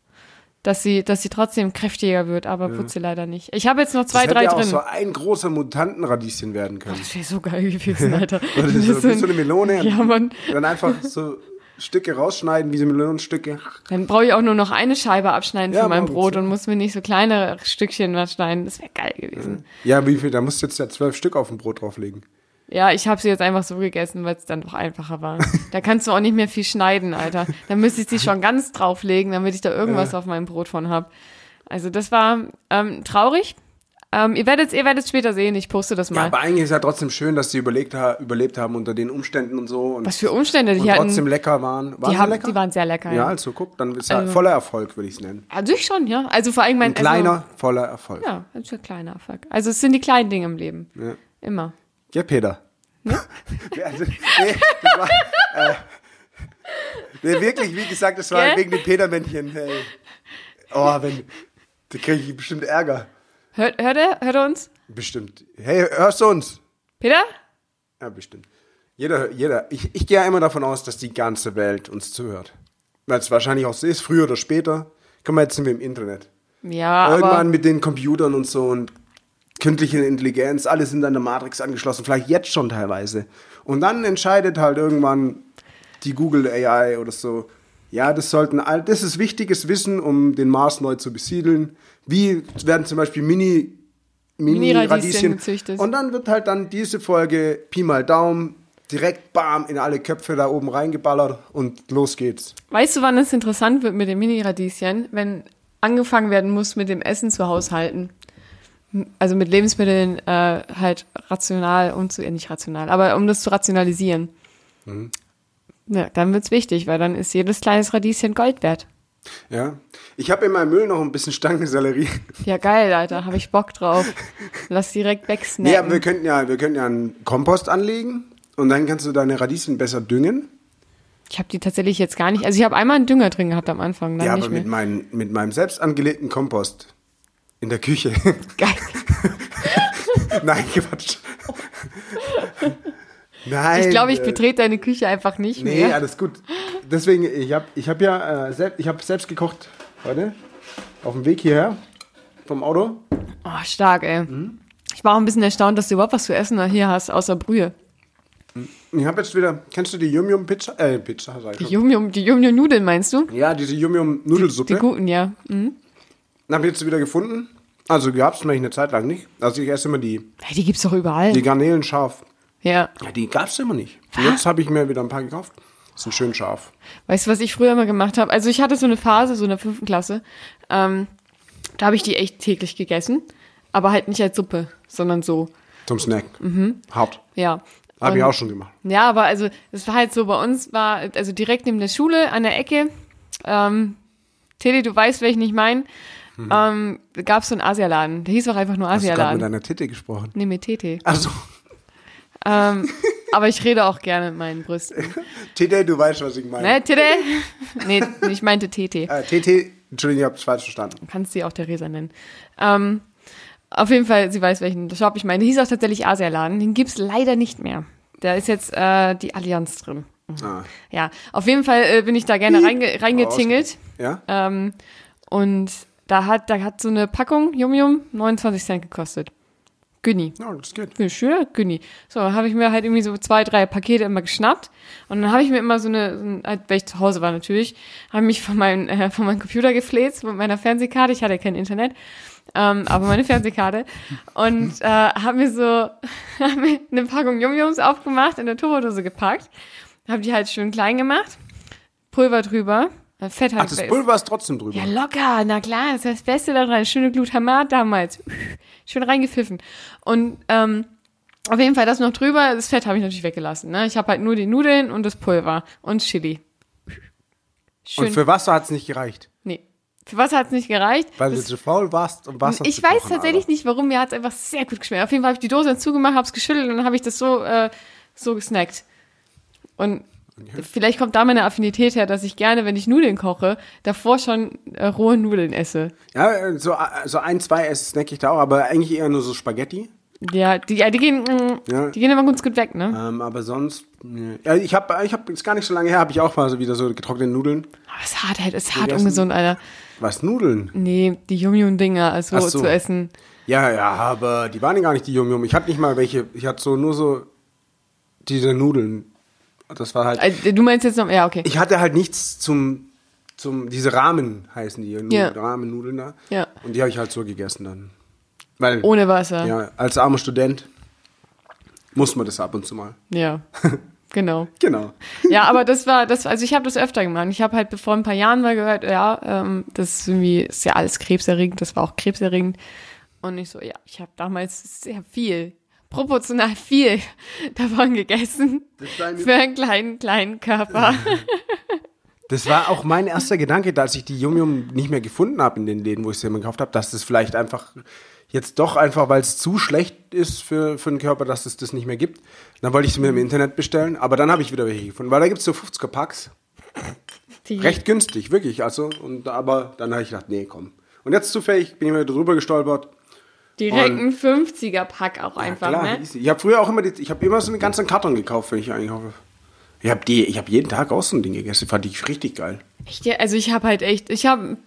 B: dass sie, dass sie trotzdem kräftiger wird, aber wird sie leider nicht. Ich habe jetzt noch
A: das
B: zwei,
A: hätte
B: drei
A: ja auch
B: drin.
A: so ein großer Mutantenradieschen werden können.
B: das wäre so geil gewesen, Alter.
A: Oder
B: Das
A: so,
B: ist
A: wie so eine Melone.
B: Ja, Mann.
A: Dann einfach so Stücke rausschneiden, diese Melonenstücke.
B: Dann brauche ich auch nur noch eine Scheibe abschneiden
A: Ja,
B: von meinem
A: Moritz,
B: Brot
A: ja.
B: und muss mir nicht so kleine Stückchen was schneiden. Das wäre geil gewesen.
A: Ja, wie viel? Da musst du jetzt ja zwölf Stück auf dem Brot drauflegen.
B: Ja, ich habe sie jetzt einfach so gegessen, weil es dann doch einfacher war. da kannst du auch nicht mehr viel schneiden, Alter. Dann müsste ich sie schon ganz drauflegen, damit ich da irgendwas auf meinem Brot von hab. Also das war ähm, traurig. Ähm, ihr werdet ihr werdet's später sehen, ich poste das
A: Ja,
B: mal.
A: aber eigentlich ist ja trotzdem schön, dass die überlegt, ha überlebt haben unter den Umständen und so. Und,
B: was für Umstände die
A: und trotzdem
B: hatten.
A: lecker waren. Waren
B: Die,
A: sie
B: haben,
A: lecker?
B: die waren sehr lecker.
A: ja,
B: Ja.
A: also guck, dann ist ja
B: Also-
A: voller Erfolg, würde ich es nennen.
B: An sich schon, ja. Also vor allem mein
A: Ein kleiner, voller Erfolg.
B: Also, ja, ein kleiner Erfolg. Also es sind die kleinen Dinge im Leben.
A: Ja.
B: Immer.
A: Ja, Peter. Ja, also, nee, das war, äh, nee, wirklich, wie gesagt, das war
B: Gell?
A: wegen dem Petermännchen. Hey. Oh, wenn, da kriege ich bestimmt Ärger.
B: Hört, hört, er, hört er uns?
A: Bestimmt. Hey, hörst du uns?
B: Peter?
A: Ja, bestimmt. Jeder, jeder. Ich, ich gehe ja immer davon aus, dass die ganze Welt uns zuhört. Weil es wahrscheinlich auch so ist, früher oder später. Guck mal, jetzt sind wir im Internet.
B: Ja,
A: Irgendwann
B: Ah, aber
A: mit den Computern und so und künstliche Intelligenz, alle sind an der Matrix angeschlossen, vielleicht jetzt schon teilweise. Und dann entscheidet halt irgendwann die Google AI oder so, ja, das sollten all, das ist wichtiges Wissen, um den Mars neu zu besiedeln. Wie werden zum Beispiel Mini
B: Mini-Radieschen
A: Mini-Radieschen
B: gezüchtet.
A: Und dann wird halt dann diese Folge Pi mal Daumen direkt bam in alle Köpfe da oben reingeballert und los geht's.
B: weißt du, wann es interessant wird mit den Mini-Radieschen? Wenn angefangen werden muss mit dem Essen zu Haushalten. Also mit Lebensmitteln äh, halt rational und zu, äh, nicht rational, aber um das zu rationalisieren.
A: Mhm.
B: Ja, dann wird's wichtig, weil dann ist jedes kleines Radieschen Gold wert.
A: Ja. Ich habe in meinem Müll noch ein bisschen Stangensellerie.
B: Ja, geil, Alter, habe ich Bock drauf. Lass direkt
A: Nee,
B: wegsnacken.
A: aber wir könnten ja, wir könnten ja einen Kompost anlegen und dann kannst du deine Radieschen besser düngen.
B: ich habe die tatsächlich jetzt gar nicht. Also ich habe einmal einen Dünger drin gehabt am Anfang, dann
A: ja,
B: nicht
A: aber
B: mehr.
A: mit, meinen, mit meinem selbst angelegten Kompost in der Küche.
B: Geil.
A: Nein, Quatsch. Nein.
B: Ich glaube, ich
A: äh,
B: betrete deine Küche einfach nicht
A: Nee,
B: mehr.
A: alles gut. Deswegen, ich habe ich hab ja äh, selbst, ich hab selbst gekocht heute auf dem Weg hierher vom Auto.
B: Oh, stark, ey.
A: Hm?
B: Ich war auch ein bisschen erstaunt, dass du überhaupt was zu essen hier hast, außer Brühe.
A: Und ich habe jetzt wieder, kennst du die Yum Yum Pizza? Äh, Pizza, sag ich
B: Die
A: schon.
B: Yum-Yum, die Yum-Yum-Nudeln meinst du?
A: Ja, diese Yum Yum Nudelsuppe.
B: Die guten, ja. Mhm.
A: Hab ich jetzt wieder gefunden. Also gab's nämlich eine Zeit lang nicht. Also ich esse immer die,
B: Hey, die gibt's doch überall.
A: die Garnelen scharf.
B: ja.
A: Ja, die gab's immer nicht. Und jetzt habe ich mir wieder ein paar gekauft. Sind schön scharf.
B: Weißt du, was ich früher immer gemacht habe? Also ich hatte so eine Phase, so in der fünften Klasse, ähm, da habe ich die echt täglich gegessen, aber halt nicht als Suppe, sondern so,
A: Zum Snack. Hart.
B: ja.
A: Habe
B: Mhm.
A: ich
B: Und-
A: auch schon gemacht.
B: Ja, aber also es war halt so, bei uns war, also direkt neben der Schule an der Ecke, ähm, Tilly, du weißt, welchen ich meine,
A: Mhm.
B: ähm, gab es so einen Asialaden. Der hieß auch einfach nur
A: Hast du gerade mit
B: Asialaden.
A: deiner Titte gesprochen?
B: Nee, mit Tete.
A: Also,
B: ähm, aber ich rede auch gerne mit meinen Brüsten.
A: Titte, du weißt, was ich meine.
B: Ne, Tete? Nee, ich meinte Tete.
A: Äh, TT, Entschuldigung, ich habe es falsch verstanden.
B: Du kannst sie auch Theresa nennen. Ähm, auf jeden Fall, sie weiß, welchen Shop ich meine. Der hieß auch tatsächlich Asialaden. Den gibt's leider nicht mehr. Da ist jetzt äh, die Allianz drin.
A: Ah.
B: Ja, auf jeden Fall äh, bin ich da gerne reinge reingetingelt.
A: Ja?
B: Ähm, und da hat, da hat so eine Packung Yum Yum 29 Cent gekostet. Günni.
A: Ja, das geht.
B: Für Schüler, Günni. So, dann habe ich mir halt irgendwie so zwei, drei Pakete immer geschnappt. Und dann habe ich mir immer so eine, so ein- halt, weil ich zu Hause war natürlich, habe mich von meinem, äh, von meinem Computer gefläzt mit meiner Fernsehkarte. Ich hatte kein Internet, ähm, aber meine Fernsehkarte. Und äh, habe mir so hab mir eine Packung Yum-Yums aufgemacht, in der Turbodose gepackt. Habe die halt schön klein gemacht, Pulver drüber, Dann fett
A: Ach,
B: halt
A: das
B: weg.
A: Pulver ist trotzdem drüber.
B: Ja, locker, na klar, das ist das Beste daran. Schöne Glutamat damals. Schön reingepfiffen. Und ähm, auf jeden Fall das noch drüber. Das Fett habe ich natürlich weggelassen. Ne? Ich habe halt nur die Nudeln und das Pulver und Chili. Schön.
A: und für Wasser hat es nicht gereicht.
B: nee. Für was hat es nicht gereicht?
A: Weil
B: Das-
A: du zu faul warst, um Wasser
B: ich
A: zu
B: weiß
A: kochen,
B: tatsächlich
A: Alter.
B: nicht, warum. Mir hat es einfach sehr gut geschmeckt. Auf jeden Fall habe ich die Dose dann zugemacht, habe es geschüttelt und dann habe ich das so, äh, so gesnackt. Und vielleicht kommt da meine Affinität her, dass ich gerne, wenn ich Nudeln koche, davor schon äh, rohe Nudeln esse.
A: Ja, äh, so, so ein, zwei esse snack ich da auch, aber eigentlich eher nur so Spaghetti.
B: Ja, die, ja, die gehen, mm,
A: Ja.
B: die gehen immer ganz gut weg, ne?
A: Ähm, aber sonst, nee. ja, ich habe ich hab, ist gar nicht so lange her, habe ich auch mal so wieder so getrocknete Nudeln.
B: Aber es ist hart, halt, es ist hart
A: Gegessen.
B: ungesund, Alter.
A: Was, Nudeln?
B: Nee, die Yum-Yum-Dinger, also
A: Ach so.
B: zu essen.
A: Ja, ja, aber die waren ja gar nicht die Yum Yum. Ich hatte nicht mal welche. Ich hatte so nur so diese Nudeln. Das war halt.
B: Also, du meinst jetzt noch, ja, okay.
A: Ich hatte halt nichts zum zum diese Ramen heißen die Nudeln,
B: Ja.
A: Ramen Nudeln da.
B: Ja.
A: Und die habe ich halt so gegessen dann. Weil
B: Ohne Wasser. Ja.
A: ja als armer Student muss man das ab und zu mal.
B: Genau.
A: Genau.
B: Ja, aber das war, das, also ich habe das öfter gemacht. Ich habe halt vor ein paar Jahren mal gehört, ja, ähm, das ist irgendwie, ist ja alles krebserregend, das war auch krebserregend. Und ich so, ja, ich habe damals sehr viel, proportional viel davon gegessen.
A: Das war eine-
B: Für einen kleinen, kleinen Körper.
A: Das war auch mein erster Gedanke, als ich die Yum Yum nicht mehr gefunden habe in den Läden, wo ich sie immer gekauft habe, dass das vielleicht einfach jetzt doch einfach, weil es zu schlecht ist für, für den Körper, dass es das nicht mehr gibt. Dann wollte ich sie mir im Internet bestellen, aber dann habe ich wieder welche gefunden, weil da gibt es so 50er Packs.
B: Die-
A: Recht günstig, wirklich. Also, und, aber dann habe ich gedacht, nee, komm. Und jetzt zufällig bin ich mal drüber gestolpert.
B: Direkt
A: Und-
B: ein 50er-Pack auch einfach,
A: ja, klar,
B: ne?
A: easy. Ich habe früher auch immer, die, ich habe immer so einen ganzen Karton gekauft, wenn ich einkaufe. Ich habe die, ich habe jeden Tag auch so ein Ding gegessen, fand ich richtig geil.
B: Ich, ja, also ich habe halt echt, ich habe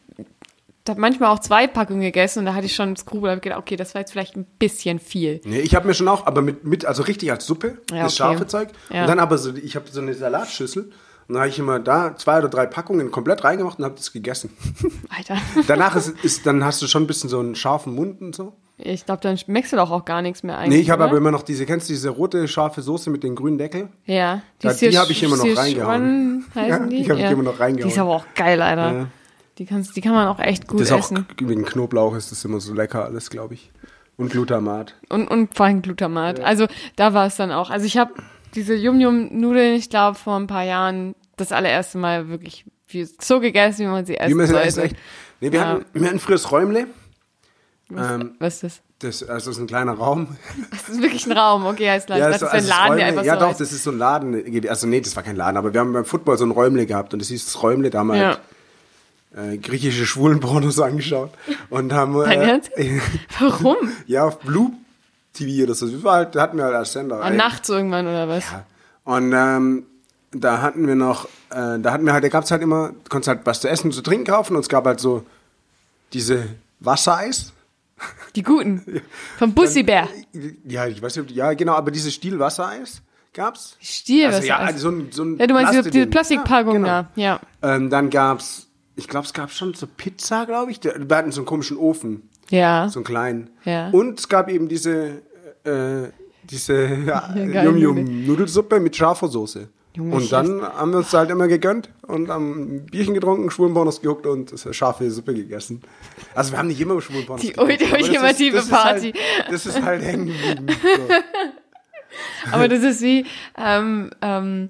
B: hab manchmal auch zwei Packungen gegessen und da hatte ich schon Skrupel, habe gedacht, okay, das war jetzt vielleicht ein bisschen viel.
A: Nee, ich habe mir schon auch, aber mit, mit also richtig als Suppe,
B: Ja,
A: das
B: okay.
A: scharfe Zeug.
B: Ja.
A: Und dann aber so, ich habe so eine Salatschüssel und da habe ich immer da zwei oder drei Packungen komplett reingemacht und habe das gegessen.
B: Alter.
A: Danach ist, ist, dann hast du schon ein bisschen so einen scharfen Mund und so.
B: Ich glaube, dann schmeckst du doch auch gar nichts mehr eigentlich.
A: Nee, ich habe
B: oder?
A: aber immer noch diese, kennst du diese rote, scharfe Soße mit dem grünen Deckel?
B: Ja,
A: Ja, die
B: Sichuan-
A: hab ich immer noch reingehauen.
B: heißen
A: Ja,
B: die?
A: die hab ich immer noch reingehauen.
B: Die ist aber auch geil, Alter.
A: Ja.
B: Die, kannst, die kann man auch echt gut
A: Das ist auch
B: essen.
A: wegen Knoblauch ist das immer so lecker alles, glaube ich. Und Glutamat.
B: Und, und vor allem Glutamat. Also da war es dann auch. Also ich habe diese Yum-Yum-Nudeln, ich glaube, vor ein paar Jahren das allererste Mal wirklich wie- so gegessen, wie man sie essen
A: Wie man
B: sollte.
A: das echt. Nee, wir,
B: Ja.
A: hatten, wir hatten früher das Räumle. Ähm,
B: Was ist das?
A: das, also das ist ein kleiner Raum.
B: Das ist wirklich ein Raum. Okay, alles klar. Ja, das
A: so-
B: ist ein
A: also
B: Laden, der
A: Räumle-
B: einfach
A: Ja,
B: so
A: doch,
B: heißt.
A: das ist so ein Laden. Also, nee, das war kein Laden, aber wir haben beim Football so ein Räumle gehabt und das hieß das Räumle damals.
B: Ja.
A: halt, Äh, griechische Schwulenpornos angeschaut und haben.
B: Dein Ernst?
A: Äh,
B: Warum?
A: ja, auf Blue TV oder so. Das war halt, da hatten wir halt als Sender.
B: An
A: Ey,
B: nachts irgendwann oder was?
A: ja. Und ähm, da hatten wir noch, äh, da hatten wir halt, da gab es halt immer, du konntest halt was zu essen und zu trinken kaufen und es gab halt so diese Wassereis.
B: Die guten. Vom Bussibär.
A: Ja, ich weiß nicht, ob die- ja, genau, aber dieses Stiel-Wassereis gab's.
B: Stiel,
A: Also,
B: was
A: ja,
B: ist das?
A: also so ein, so ein
B: Ja, du meinst diese, diese
A: Plastiding.
B: Plastikpackung
A: Ja,
B: da. Ja.
A: genau. Ähm, dann gab's, ich glaube, es gab schon so Pizza, glaube ich. Da- Wir hatten so einen komischen Ofen,
B: Ja.
A: so einen kleinen.
B: Ja.
A: Und es gab eben diese, äh, diese ja,
B: geil,
A: Yum-Yum-Nudelsuppe mit scharfer Soße.
B: Junge, ich
A: und dann haben wir uns halt immer gegönnt und haben ein Bierchen getrunken, Schwulenpornos geguckt und scharfe Suppe gegessen. Also wir haben nicht immer Schwulenpornos
B: Die
A: geguckt,
B: ulti-
A: aber das ist-
B: ultimative
A: das ist
B: Party.
A: Halt, das ist halt hängen geblieben. So.
B: Aber das ist wie, ähm, ähm,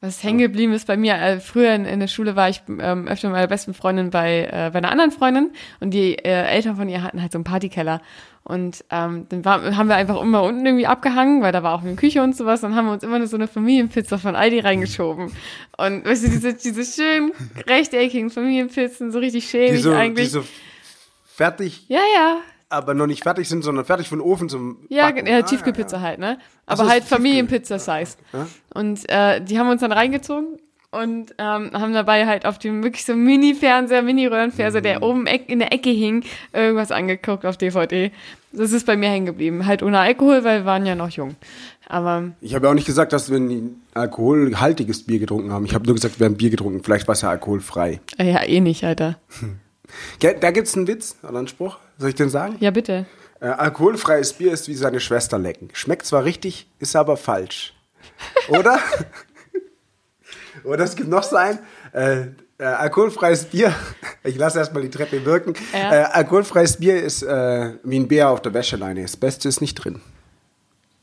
B: was hängen geblieben ist bei mir. Äh, früher in, in der Schule war ich ähm, öfter mit meiner besten Freundin bei, äh, bei einer anderen Freundin und die äh, Eltern von ihr hatten halt so einen Partykeller. Und ähm, dann war, haben wir einfach immer unten irgendwie abgehangen, weil da war auch eine Küche und sowas. Dann haben wir uns immer nur so eine Familienpizza von Aldi reingeschoben. Und weißt du, diese, diese schönen rechteckigen Familienpizzen, so richtig
A: Die
B: schäbig
A: so, die
B: eigentlich.
A: so fertig
B: ja, ja,
A: aber noch nicht fertig sind, sondern fertig vom Ofen zum
B: Ja,
A: Backen.
B: ge- ja
A: Ah,
B: Tiefkühlpizza halt, ne?
A: Ach
B: Aber
A: so, ist
B: halt
A: Tiefkühl.
B: Familienpizza-Size. Und äh, die haben uns dann reingezogen und ähm, haben dabei halt auf dem wirklich so Mini-Fernseher, Mini-Röhrenfernseher,
A: Mhm.
B: der oben eck- in der Ecke hing, irgendwas angeguckt auf DVD. Das ist bei mir hängen geblieben. Halt ohne Alkohol, weil wir waren ja noch jung. Aber
A: Ich habe ja auch nicht gesagt, dass wir ein alkoholhaltiges Bier getrunken haben. Ich habe nur gesagt, wir haben Bier getrunken. Vielleicht war es ja alkoholfrei.
B: äh, ja, eh nicht, Alter.
A: Gell, Da gibt es einen Witz oder einen Spruch. Soll ich den sagen?
B: Ja, bitte.
A: Äh, alkoholfreies Bier ist wie seine Schwester lecken. Schmeckt zwar richtig, ist aber falsch. Oder? oder es gibt noch so einen. Äh, Äh, alkoholfreies Bier, ich lasse erstmal die Treppe wirken.
B: Ja.
A: Äh, alkoholfreies Bier ist äh, wie ein Bär auf der Wäscheleine. Das Beste ist nicht drin.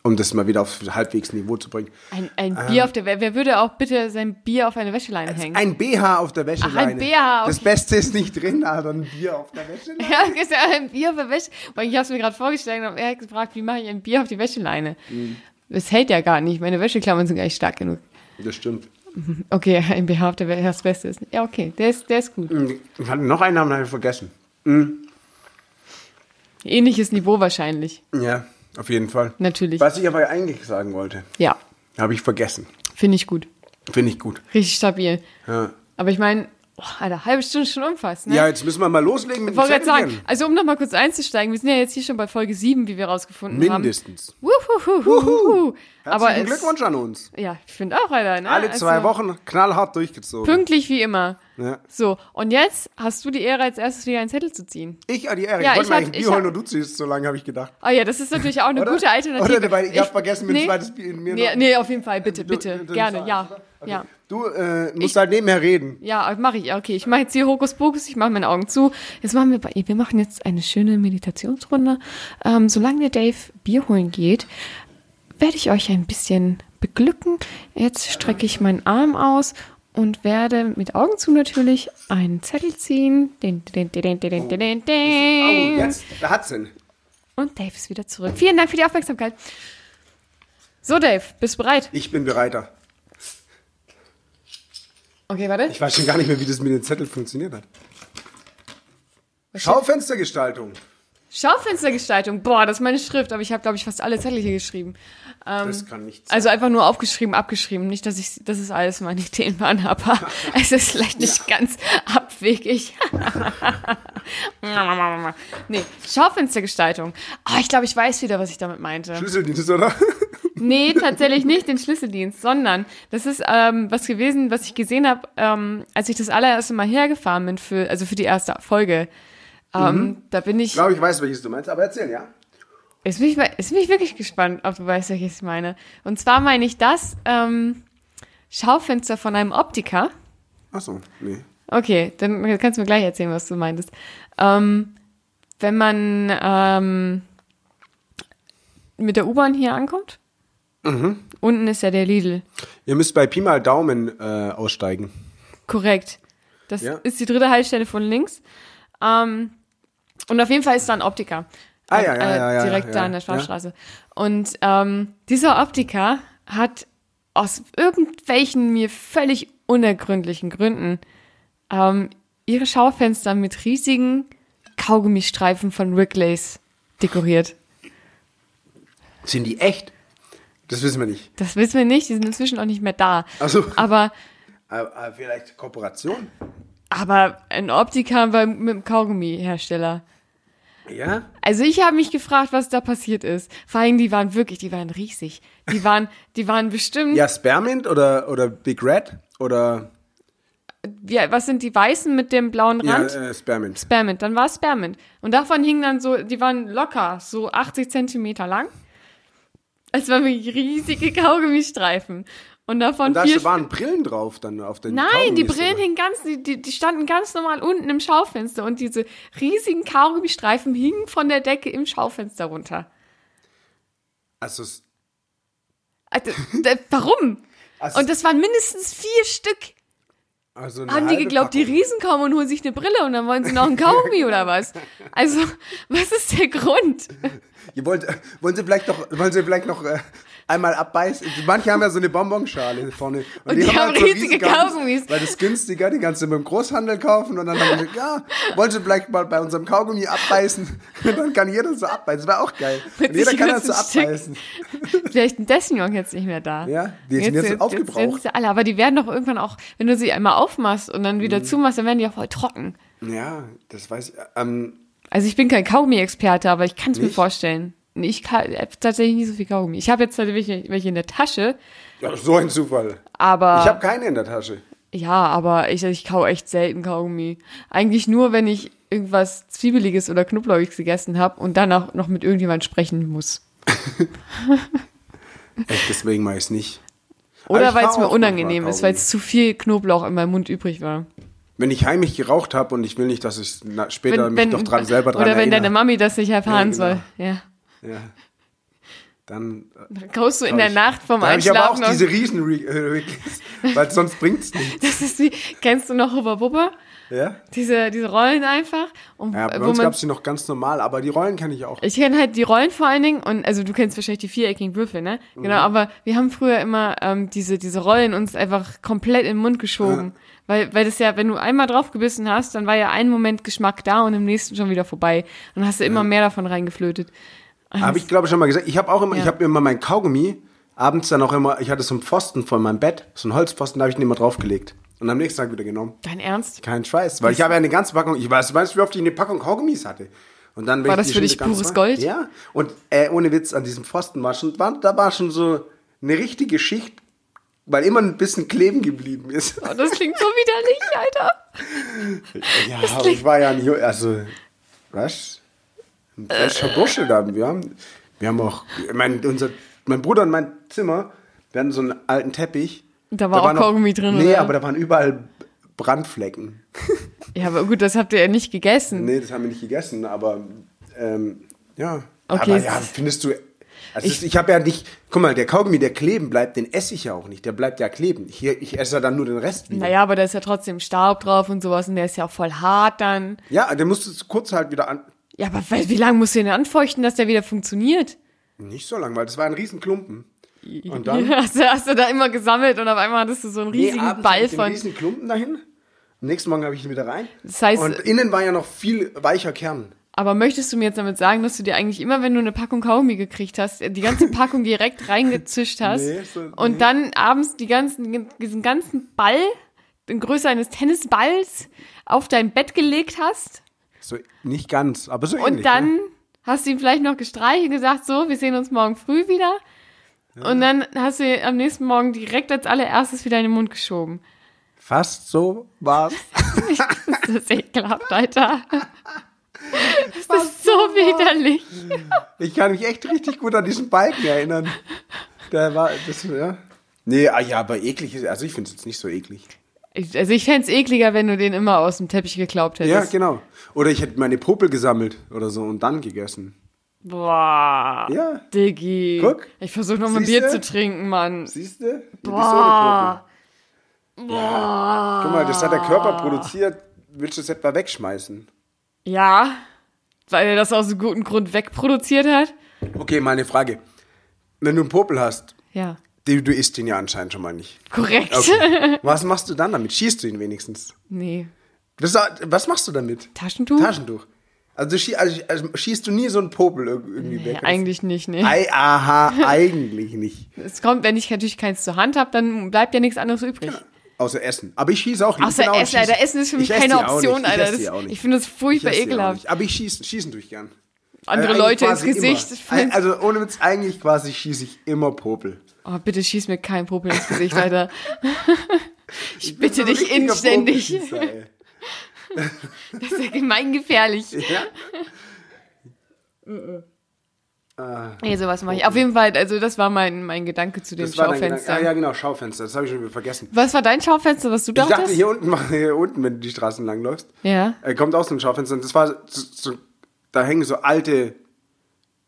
A: Um das mal wieder auf halbwegs Niveau zu bringen.
B: Ein, ein
A: Ähm.
B: Bier auf der Wer wer würde auch bitte sein Bier auf eine Wäscheleine hängen?
A: Ein BH auf der Wäscheleine.
B: Ach, ein BH, okay.
A: Das Beste ist nicht drin, aber ein Bier auf der Wäscheleine.
B: Ja, ist ja ein Bier auf der Wäsche. Weil ich habe es mir gerade vorgestellt und habe er hat gefragt, wie mache ich ein Bier auf die Wäscheleine?
A: Mhm.
B: Das hält ja gar nicht. Meine Wäscheklammern sind gar nicht stark genug.
A: Das stimmt.
B: Okay, ein BH auf der Wäsche, das Beste ist. Ja, okay, der ist, der ist gut.
A: Ich hatte Hm, noch einen Namen, den habe ich vergessen.
B: Ähnliches Niveau wahrscheinlich.
A: Ja, auf jeden Fall.
B: Natürlich.
A: Was ich aber eigentlich sagen wollte,
B: Ja,
A: habe ich vergessen.
B: finde ich gut.
A: Finde ich gut.
B: Richtig stabil.
A: Ja.
B: Aber ich meine, oh, Alter, halbe Stunde schon umfasst, ne?
A: ja, jetzt müssen wir mal loslegen mit
B: Ich
A: dem
B: wollte gerade sagen,
A: Zettelchen.
B: also um nochmal kurz einzusteigen, wir sind ja jetzt hier schon bei Folge 7, wie wir rausgefunden
A: Mindestens.
B: haben. Mindestens.
A: Herzlichen
B: Aber es,
A: Glückwunsch an uns.
B: Ja, ich finde auch, Alter. Ne?
A: Alle zwei
B: Also,
A: Wochen knallhart durchgezogen.
B: Pünktlich wie immer.
A: Ja.
B: So, und jetzt hast du die Ehre, als erstes wieder einen Zettel zu ziehen.
A: Ich an die Ehre.
B: Ja,
A: ich wollte
B: ich
A: mir
B: hab-
A: eigentlich Bier
B: ich hab-
A: holen und du ziehst, so lange habe ich gedacht.
B: Oh ja, das ist natürlich auch eine
A: Oder?
B: gute Alternative.
A: Oder, weil ich hab vergessen, mir ein zweites Bier in mir
B: nee,
A: noch-
B: nee, auf jeden Fall, bitte,
A: Du-
B: bitte,
A: du-
B: gerne,
A: du-
B: ja. ja.
A: Du äh, musst halt nebenher reden.
B: Ja, mache ich. Okay, ich mache jetzt hier Hokuspokus, ich mache meine Augen zu. Jetzt machen wir, bei- wir machen jetzt eine schöne Meditationsrunde. Ähm, solange der Dave Bier holen geht, werde ich euch ein bisschen beglücken. Jetzt strecke ich meinen Arm aus und werde mit Augen zu natürlich einen Zettel ziehen. Den, den, den, den, den, den, den,
A: Oh,
B: den.
A: jetzt, da hat's ihn.
B: Und Dave ist wieder zurück. Vielen Dank für die Aufmerksamkeit. So, Dave, bist du bereit?
A: Ich bin bereiter.
B: Okay, warte.
A: Ich weiß schon gar nicht mehr, wie das mit den Zetteln funktioniert hat. Schaufenstergestaltung.
B: Schaufenstergestaltung. Boah, das ist meine Schrift, aber ich habe, glaube ich, fast alle Zettel hier geschrieben. Ähm,
A: Das kann nicht sein.
B: also einfach nur aufgeschrieben, abgeschrieben. Nicht, dass ich, das ist alles meine Ideen waren, aber es ist vielleicht nicht ganz abwegig. nee, Schaufenstergestaltung. Oh, ich glaube, ich weiß wieder, was ich damit meinte.
A: Schlüsseldienst, oder?
B: Nee, tatsächlich nicht den Schlüsseldienst, sondern das ist ähm, was gewesen, was ich gesehen habe, ähm, als ich das allererste Mal hergefahren bin, für, also für die erste Folge. Ähm, Da bin ich.
A: Ich glaube, ich weiß, welches du meinst, aber erzähl, ja?
B: Jetzt bin, ich, mal- jetzt bin ich wirklich gespannt, ob du weißt, welches ich meine. Und zwar meine ich das ähm, Schaufenster von einem Optiker.
A: Achso, nee.
B: Okay, dann kannst du mir gleich erzählen, was du meintest. Ähm, wenn man ähm, mit der U-Bahn hier ankommt, unten ist ja der Lidl.
A: Ihr müsst bei Pi mal Daumen äh, aussteigen.
B: Korrekt. Das
A: Ja.
B: ist die dritte Haltestelle von links. Ähm, und auf jeden Fall ist da ein Optiker.
A: Ah, ja,
B: Äh,
A: ja, ja, ja,
B: direkt
A: ja,
B: da an der
A: ja.
B: Schwarzstraße. Und ähm, dieser Optiker hat aus irgendwelchen mir völlig unergründlichen Gründen ähm, ihre Schaufenster mit riesigen Kaugummistreifen von Wrigley's dekoriert.
A: Sind die echt? Das wissen wir nicht.
B: Das wissen wir nicht, die sind inzwischen auch nicht mehr da.
A: Ach so.
B: Aber
A: Aber, aber Ah, vielleicht Kooperation?
B: Aber ein Optiker beim, mit einem Kaugummi-Hersteller.
A: Ja?
B: Also ich habe mich gefragt, was da passiert ist. Vor allem, die waren wirklich, die waren riesig. Die waren, die waren bestimmt, ja.
A: Ja, Spearmint oder, oder Big Red oder
B: was sind die weißen mit dem blauen
A: ja,
B: Rand?
A: äh, Spearmint.
B: Spearmint, dann war es Spearmint. Und davon hingen dann so, die waren locker, so 80 Zentimeter lang. Es waren wirklich riesige Kaugummistreifen. Und davon
A: Und da
B: vier...
A: waren Brillen drauf dann auf den
B: Nein, die
A: Kaugummis,
B: Brillen
A: oder?
B: hingen ganz, die, die, die standen ganz normal unten im Schaufenster und diese riesigen Kaugummistreifen hingen von der Decke im Schaufenster runter.
A: Also, es-
B: Also, da, warum?
A: also,
B: Und das waren mindestens vier Stück.
A: also eine
B: Haben die
A: halbe
B: geglaubt, die
A: Packung.
B: Riesen kommen und holen sich eine Brille und dann wollen sie noch einen Kaugummi oder was? Also, was ist der Grund?
A: Ihr wollt, wollen sie vielleicht noch, wollen sie vielleicht noch äh, einmal abbeißen? Manche haben ja so eine Bonbonschale vorne.
B: Und die
A: halt
B: haben riesige Kaugummis.
A: Weil das ist günstiger, die kannst du beim Großhandel kaufen. Und dann haben die gesagt, ja, wollen sie vielleicht mal bei unserem Kaugummi abbeißen? Und dann kann jeder so abbeißen. Das wäre auch geil.
B: Mit
A: Und jeder
B: sich
A: kann das so
B: kurz ein Stück.
A: abbeißen.
B: Vielleicht ein Dessignon jetzt nicht mehr da.
A: Ja, die sind jetzt aufgebraucht.
B: Jetzt, sind sie alle, aber die werden doch irgendwann auch, wenn du sie einmal aufmachst und dann
A: Mhm.
B: wieder zumachst, dann werden die auch voll trocken.
A: Ja, das weiß ich. Ähm,
B: Also ich bin kein Kaugummi-Experte, aber ich kann es mir
A: Nicht?
B: vorstellen. Nee, Ich kann ich hab tatsächlich nie so viel Kaugummi. Ich habe jetzt tatsächlich welche, welche in der Tasche,
A: ja, so ein Zufall.
B: aber
A: Ich habe keine in der Tasche.
B: ja, aber ich, ich kau echt selten Kaugummi. Eigentlich nur, wenn ich irgendwas Zwiebeliges oder Knoblauchiges gegessen habe und danach noch mit irgendjemand sprechen muss.
A: Echt, deswegen mache ich es nicht. Aber
B: Oder
A: ich
B: weil
A: kau
B: es mir
A: auch manchmal
B: unangenehm ist,
A: Kaugummi.
B: weil es zu viel Knoblauch in meinem Mund übrig war.
A: wenn ich heimlich geraucht habe und ich will nicht, dass ich na- später mich doch dran, selber dran
B: Oder wenn
A: erinnere,
B: deine Mami das nicht erfahren
A: Ja, genau.
B: soll. Ja.
A: ja, dann äh,
B: Dann kaust du in der
A: ich,
B: Nacht vorm
A: da hab ich
B: Einschlafen.
A: aber auch
B: auf-
A: diese riesen äh, weil sonst bringt's nicht.
B: das ist wie, kennst du noch Hubba Bubba?
A: Ja,
B: Diese, diese Rollen einfach. Und
A: ja bei
B: äh,
A: uns gab's die noch ganz normal, aber die Rollen kann ich auch.
B: Ich kenne halt die Rollen vor allen Dingen und also du kennst wahrscheinlich die viereckigen Würfel, ne? Genau, aber wir haben früher immer ähm, diese, diese Rollen uns einfach komplett in den Mund geschoben. Weil, weil das ja, wenn du einmal draufgebissen hast, dann war ja ein Moment Geschmack da und im nächsten schon wieder vorbei. Und dann hast du immer mehr davon reingeflötet.
A: Habe ich, glaube ich, schon mal gesagt. Ich habe auch immer,
B: Ja.
A: ich habe immer mein Kaugummi abends dann auch immer, ich hatte so einen Pfosten von meinem Bett, so einen Holzpfosten, da habe ich den immer draufgelegt. Und am nächsten Tag wieder genommen.
B: Dein Ernst?
A: Kein Scheiß, weil ich habe ja eine ganze Packung, ich weiß, weißt du, wie oft ich eine Packung Kaugummis hatte? Und dann bin
B: War das
A: ich die
B: für
A: Stunde
B: dich
A: ganz
B: pures
A: voll.
B: Gold?
A: Ja, und äh, ohne Witz, an diesem Pfosten war schon, war, da war schon so eine richtige Schicht, weil immer ein bisschen kleben geblieben ist.
B: Oh, das klingt so widerlich, Alter.
A: Ja, aber ich war ja ein, Ju- also, was? Ein frischer Bursche da. Wir haben, wir haben auch, mein, unser, mein Bruder und mein Zimmer, wir hatten so einen alten Teppich.
B: Da war auch
A: waren
B: Kaugummi drin,
A: Nee,
B: oder?
A: aber da waren überall Brandflecken.
B: Ja, aber gut, das habt ihr ja nicht gegessen.
A: Nee, das haben wir nicht gegessen, aber, ähm, ja.
B: Okay,
A: aber
B: es
A: ja,
B: ist-
A: findest du, also ich, ich habe ja nicht, guck mal, der Kaugummi, der kleben bleibt, den esse ich ja auch nicht, der bleibt ja kleben. Hier, ich esse ja dann nur den Rest wieder.
B: Naja, aber da ist ja trotzdem Staub drauf und sowas und der ist ja auch voll hart dann.
A: Ja, den musst du kurz halt wieder an,
B: Ja, aber weil- wie lange musst du den anfeuchten, dass der wieder funktioniert?
A: nicht so lang, weil das war ein Riesenklumpen. Und dann?
B: Hast, du, hast du da immer gesammelt und auf einmal hattest du so einen riesigen
A: abends hab
B: Ball
A: ich den
B: von.
A: riesen Klumpen dahin. Am nächsten Morgen habe ich ihn wieder rein.
B: Das heißt-
A: und innen war ja noch viel weicher Kern.
B: Aber möchtest du mir jetzt damit sagen, dass du dir eigentlich immer, wenn du eine Packung Kaugummi gekriegt hast, die ganze Packung direkt reingezischt hast
A: Nee, so-
B: und dann abends die ganzen, diesen ganzen Ball in Größe eines Tennisballs auf dein Bett gelegt hast
A: So nicht ganz, aber so ähnlich. ne?
B: und dann hast du ihm vielleicht noch gestreichelt und gesagt, so, wir sehen uns morgen früh wieder. Und dann hast du ihn am nächsten Morgen direkt als allererstes wieder in den Mund geschoben.
A: Fast so war's.
B: Das ist ekelhaft, Alter. Das ist so widerlich.
A: Ich kann mich echt richtig gut an diesen Balken erinnern. Der war, das, ja. Nee, ah ja, aber eklig ist, also ich finde es jetzt nicht so eklig.
B: Ich- Also ich fänd's ekliger, wenn du den immer aus dem Teppich geklaubt
A: Ja,
B: hättest.
A: genau. Oder ich hätte meine Popel gesammelt oder so und dann gegessen.
B: Boah.
A: Ja.
B: Diggi.
A: Guck.
B: Ich versuche noch mal ein
A: Siehste?
B: Bier zu trinken, Mann.
A: Siehst du? Du bist so eine
B: Boah.
A: Popel. Ja. Guck mal, das hat der Körper produziert. Willst du es etwa wegschmeißen?
B: Ja. Weil er das aus einem guten Grund wegproduziert hat.
A: Okay, meine Frage. Wenn du einen Popel hast,
B: Ja.
A: du, du isst ihn ja anscheinend schon mal nicht.
B: Korrekt.
A: Okay. Was machst du dann damit? Schießt du ihn wenigstens?
B: Nee.
A: Das, was machst du damit?
B: Taschentuch?
A: Taschentuch. Also, schie, also, also schießt du nie so einen Popel irg- irgendwie
B: Ja,
A: weg?
B: eigentlich nicht, nee.
A: Ei, aha, eigentlich nicht.
B: Es kommt, wenn ich natürlich keins zur Hand habe, dann bleibt ja nichts anderes übrig.
A: Außer Essen. Aber ich schieße Genau. auch nicht.
B: Außer
A: Genau, ich
B: Essen, Alter.
A: schieß-
B: Essen ist für mich
A: Ich esse
B: keine
A: die auch
B: Option,
A: nicht. Ich
B: Alter.
A: esse
B: Das,
A: die auch nicht.
B: ich finde das
A: Ich
B: furchtbar
A: esse die auch
B: ekelhaft.
A: nicht. Aber ich schieße, schießen tue ich gern.
B: Andere
A: Eigentlich
B: Leute ins
A: quasi
B: Gesicht.
A: Immer. Also ohne Witz, eigentlich quasi schieße ich immer Popel.
B: Oh, bitte schieß mir kein Popel ins Gesicht, Alter. ich, bitte
A: bin so ein
B: dich
A: richtiger
B: inständig.
A: Popelschießer, ey.
B: Das ist ja gemeingefährlich.
A: Ja.
B: Nee, sowas mache ich. Auf jeden Fall, also das war mein, mein Gedanke zu dem
A: Das war dein
B: Schaufenster.
A: Gedanke. Ah, ja, genau, Schaufenster. Das habe ich schon wieder vergessen.
B: Was war dein Schaufenster, was du
A: Ich dachte,
B: dachtest?
A: hier unten, mach- hier unten, wenn du die Straßen lang läufst,
B: ja.
A: äh, kommt aus dem Schaufenster. Und das war so, so, da hängen so alte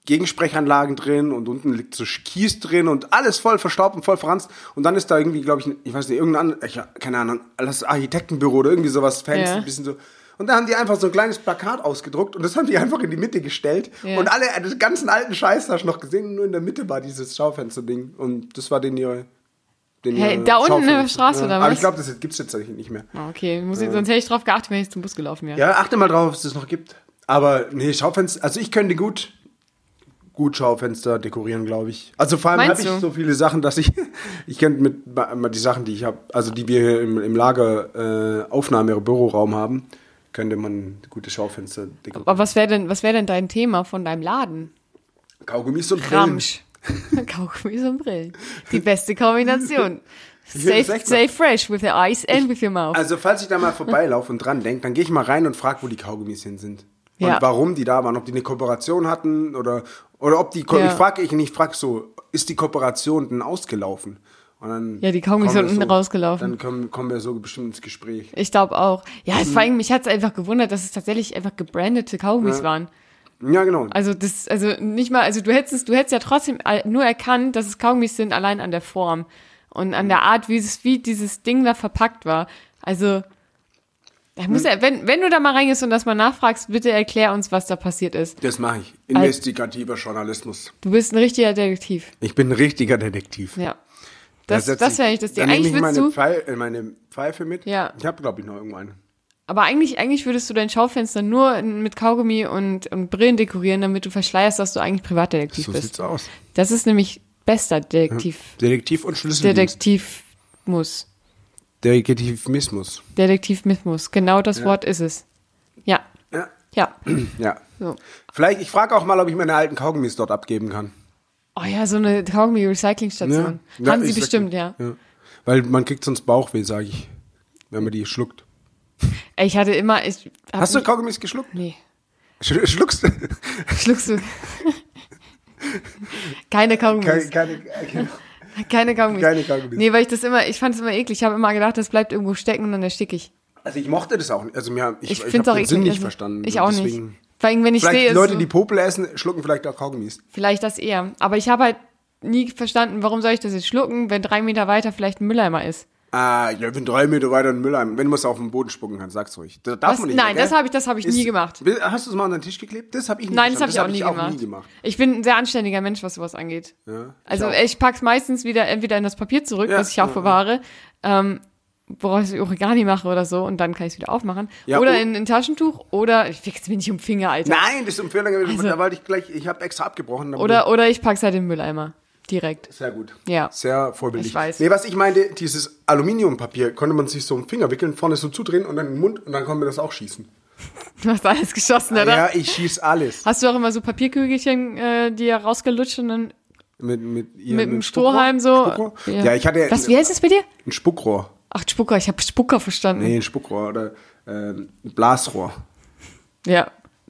A: Gegensprechanlagen drin und unten liegt so Kies drin und alles voll verstaubt und voll verranzt. Und dann ist da irgendwie, glaube ich, ich weiß nicht, irgendein, an- ich, hab keine Ahnung, alles Architektenbüro oder irgendwie sowas, fancy,
B: Ja.
A: ein bisschen so. Und da haben die einfach so ein kleines Plakat ausgedruckt und das haben die einfach in die Mitte gestellt.
B: Ja.
A: Und alle, äh, den ganzen alten Scheiß hast du noch gesehen, nur in der Mitte war dieses Schaufensterding. Und das war den ihr. Den
B: Hey,
A: ihr
B: da unten in der
A: Schaufenster.
B: Straße oder
A: Aber
B: was?
A: ich glaube, das gibt es jetzt tatsächlich nicht mehr.
B: Ah, Okay, muss ich, sonst hätte ich drauf geachtet, wenn ich zum Bus gelaufen wäre.
A: Äh. Ja, achte mal drauf, ob es das noch gibt. Aber nee, Schaufenster, also ich könnte gut, gut Schaufenster dekorieren, glaube ich. Also vor allem habe
B: Meinst
A: ich
B: du?
A: so viele Sachen, dass ich, ich könnte mit ma- ma- die Sachen, die ich habe, also die wir hier im, im Lager äh, Aufnahme, im Büroraum haben, könnte man gute Schaufenster dekorieren.
B: Aber was wäre denn, was wär denn dein Thema von deinem Laden?
A: Kaugummis und Brillen.
B: Ramsch. Kaugummis und Brillen. Die beste Kombination.
A: würde es
B: Stay,
A: echt
B: stay fresh with your eyes and with your mouth.
A: Also falls ich da mal vorbeilaufe und dran denke, dann gehe ich mal rein und frage, wo die Kaugummis hin sind. Und
B: Ja.
A: warum die da waren, ob die eine Kooperation hatten oder, oder ob die, Ko
B: Ja.
A: ich frage ich nicht, frage so, ist die Kooperation denn ausgelaufen? Und Und dann
B: Ja, die Kaugummis
A: kommen
B: sind
A: wir
B: unten rausgelaufen.
A: Dann kommen, kommen wir so bestimmt ins Gespräch.
B: Ich glaube auch. Ja,
A: Mhm.
B: es, vor allem, mich hat's einfach gewundert, dass es tatsächlich einfach gebrandete Kaugummis
A: Ja.
B: waren.
A: Ja, genau.
B: Also das, also nicht mal, also du hättest, es- du hättest ja trotzdem all- nur erkannt, dass es Kaugummis sind, allein an der Form und an der Art, wie es, wie dieses Ding da verpackt war. Also da
A: Hm.
B: muss ja, wenn, wenn du da mal reingehst und das mal nachfragst, bitte erklär uns, was da passiert ist.
A: Das mache ich.
B: Also-
A: Investigativer Journalismus.
B: Du bist ein richtiger Detektiv.
A: Ich bin ein richtiger Detektiv.
B: Ja. Das,
A: setz
B: das
A: ich-
B: wäre eigentlich das Ding.
A: Dann nehme
B: Eigentlich
A: ich
B: würdest
A: meine,
B: du,
A: Pfeil, äh, meine Pfeife mit.
B: Ja.
A: Ich habe, glaube ich, noch irgendwo eine.
B: aber eigentlich, eigentlich würdest du dein Schaufenster nur mit Kaugummi und, und Brillen dekorieren, damit du verschleierst, dass du eigentlich Privatdetektiv
A: So
B: bist.
A: sieht's aus.
B: Das ist nämlich bester Detektiv.
A: Detektiv und Schlüsseldienst.
B: Detektiv muss.
A: Detektivismus.
B: Detektivmismus. Genau das Wort ist es. Ja,
A: Ja.
B: ja.
A: ja.
B: So.
A: Vielleicht, ich frage auch mal, ob ich meine alten Kaugummis dort abgeben kann.
B: Oh ja, so eine Kaugummi-Recycling-Station.
A: Ja.
B: Haben
A: Ja,
B: sie
A: ich sag-
B: bestimmt, ja.
A: ja. Weil man kriegt sonst Bauchweh, sage ich, wenn man die schluckt.
B: Ey, Ich hatte immer. Ich hab
A: Hast du
B: mich-
A: Kaugummis geschluckt?
B: Nee.
A: Sch schluckst du?
B: Schluckst du. Keine
A: Keine,
B: Kaugummis.
A: keine, keine.
B: Keine Kaugummis.
A: keine Kaugummis.
B: Nee, weil ich das immer, ich fand es immer eklig. Ich habe immer gedacht, das bleibt irgendwo stecken und dann ersticke ich.
A: Also ich mochte das auch nicht. Also mir, ich,
B: Ich,
A: ich,
B: find's
A: ich habe
B: auch
A: den
B: eklig.
A: Sinn nicht
B: Also,
A: verstanden.
B: Ich
A: So,
B: auch
A: deswegen-
B: nicht. Vor allem, wenn ich
A: Vielleicht
B: sehe,
A: Leute,
B: so,
A: die Popel essen, schlucken vielleicht auch Kaugummis.
B: vielleicht das eher. Aber ich habe halt nie verstanden, warum soll ich das jetzt schlucken, wenn drei Meter weiter vielleicht ein Mülleimer ist.
A: Ah, ja, wenn drei Meter weiter in den Mülleimer. Wenn man es auf den Boden spucken kann, sag's ruhig. Das darf
B: Was?
A: man nicht.
B: Nein,
A: gell?
B: das hab ich- das hab ich
A: Ist-
B: nie gemacht.
A: Will- Hast du es mal an den Tisch geklebt? Das habe ich nicht
B: Nein, das habe ich, auch,
A: verstanden.
B: nie,
A: hab
B: gemacht. Ich bin ein sehr anständiger Mensch, was sowas angeht.
A: Ja, ich
B: also
A: auch.
B: ich, pack's meistens wieder entweder in das Papier zurück,
A: Ja,
B: was ich auch
A: ja,
B: bewahre, ähm, woraus ich Origami mache oder so und dann kann ich es wieder aufmachen.
A: Ja,
B: oder
A: und-
B: in ein Taschentuch oder ich wichse mir nicht um den Finger, Alter.
A: Nein, das ist Empfehlung.
B: Also-
A: da wollte ich gleich, ich habe extra abgebrochen. damit-
B: Oder, oder ich pack's halt in den Mülleimer. Direkt.
A: Sehr gut.
B: Ja.
A: Sehr vorbildlich.
B: Ich weiß.
A: Nee, was ich meinte, dieses Aluminiumpapier konnte man sich so einen Finger wickeln, vorne so zudrehen und dann in den Mund und dann konnte man das auch schießen.
B: Du hast alles geschossen, oder?
A: Ah, Ja, ich schieß alles.
B: Hast du auch immer so Papierkügelchen, äh, die ja rausgelutscht und dann
A: Mit, mit, ihrem
B: mit dem Strohhalm so?
A: Spuckrohr? Ja. ich hatte
B: Was, wie
A: ein,
B: heißt es bei dir?
A: ein Spuckrohr.
B: Ach, Spucker, ich habe Spucker verstanden.
A: Nee, ein Spuckrohr oder ähm, ein Blasrohr.
B: Ja,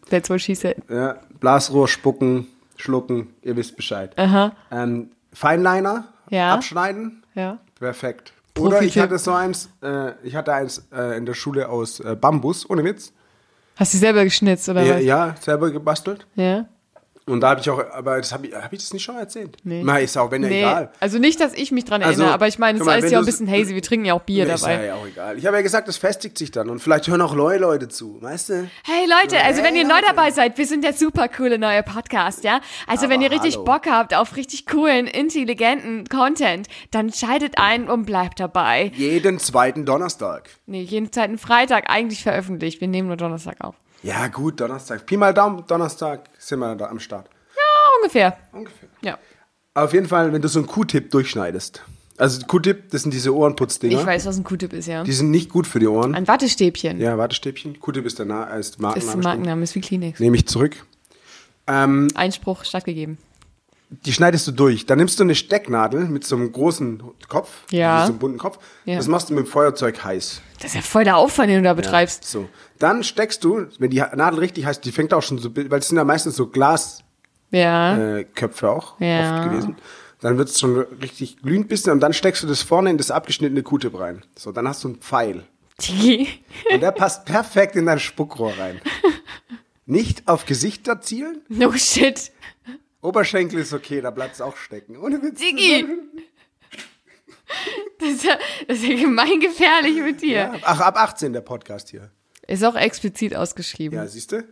B: that's what she said.
A: Ja, Blasrohr, Spucken, Schlucken, ihr wisst Bescheid.
B: Aha.
A: Ähm, Feinliner,
B: Ja.
A: abschneiden,
B: Ja.
A: perfekt.
B: Profi-Tipp.
A: Oder ich hatte so eins, äh, ich hatte eins äh, in der Schule aus äh, Bambus, ohne Witz.
B: Hast du selber geschnitzt, oder
A: Ja,
B: was?
A: ja, selber gebastelt.
B: Ja.
A: Und da habe ich auch, aber das habe ich, hab ich das nicht schon erzählt?
B: Nee.
A: Na, ist auch, wenn ja
B: Nee,
A: egal.
B: also nicht, dass ich mich dran
A: Also,
B: erinnere, aber ich meine, es ist
A: guck mal,
B: alles
A: wenn
B: ja auch ein
A: du
B: bisschen
A: so-
B: hazy. Wir trinken ja auch Bier
A: Nee, Ist
B: dabei.
A: ja auch egal. Ich habe ja gesagt, das festigt sich dann und vielleicht hören auch neue Leute zu, weißt du?
B: Hey Leute, also
A: Hey,
B: wenn ihr neu
A: Leute.
B: dabei seid, wir sind der super coole neue Podcast, ja? Also wenn
A: Aber
B: ihr richtig
A: hallo.
B: Bock habt auf richtig coolen, intelligenten Content, dann schaltet ein und bleibt dabei.
A: Jeden zweiten Donnerstag.
B: Nee, jeden zweiten Freitag eigentlich veröffentlicht. Wir nehmen nur Donnerstag auf.
A: Ja, gut, Donnerstag. Pi mal Daumen, Donnerstag sind wir da am Start.
B: Ja, ungefähr.
A: Ungefähr.
B: Ja.
A: Auf jeden Fall, wenn du so einen Q-Tip durchschneidest. Also Q-Tip, das sind diese
B: Ich
A: Ohrenputzdinger.
B: weiß, was ein Q-Tip ist, ja.
A: Die sind nicht gut für die Ohren.
B: Ein Wattestäbchen.
A: Ja, Wartestäbchen. Q-Tip ist der Na als
B: Ist
A: Markenname.
B: ein
A: stimmt.
B: Markenname, ist wie Kleenex.
A: Nehme ich zurück. Ähm,
B: Einspruch stattgegeben.
A: die schneidest du durch. Dann nimmst du eine Stecknadel mit so einem großen Kopf,
B: Ja.
A: mit so einem bunten Kopf.
B: Ja.
A: Das machst du mit dem Feuerzeug heiß.
B: Das ist ja voll der Aufwand, den du da betreibst.
A: So. Dann steckst du, wenn die Nadel richtig heiß, die fängt auch schon so, weil es sind ja meistens so Glas,
B: Ja.
A: äh, Köpfe auch
B: Ja.
A: oft gewesen. Dann wird es schon richtig glühend bisschen und dann steckst du das vorne in das abgeschnittene Q-Tip rein. So, dann hast du einen Pfeil.
B: Die-
A: Und der passt perfekt in dein Spuckrohr rein. Nicht auf Gesichter zielen,
B: No shit.
A: Oberschenkel ist okay, da bleibt es auch stecken. Ohne Witz.
B: Diggi. Das ist ja, das ist ja gemein gefährlich mit dir.
A: Ja, ach, ab 18 der Podcast hier.
B: Ist auch explizit ausgeschrieben.
A: Ja, siehst du?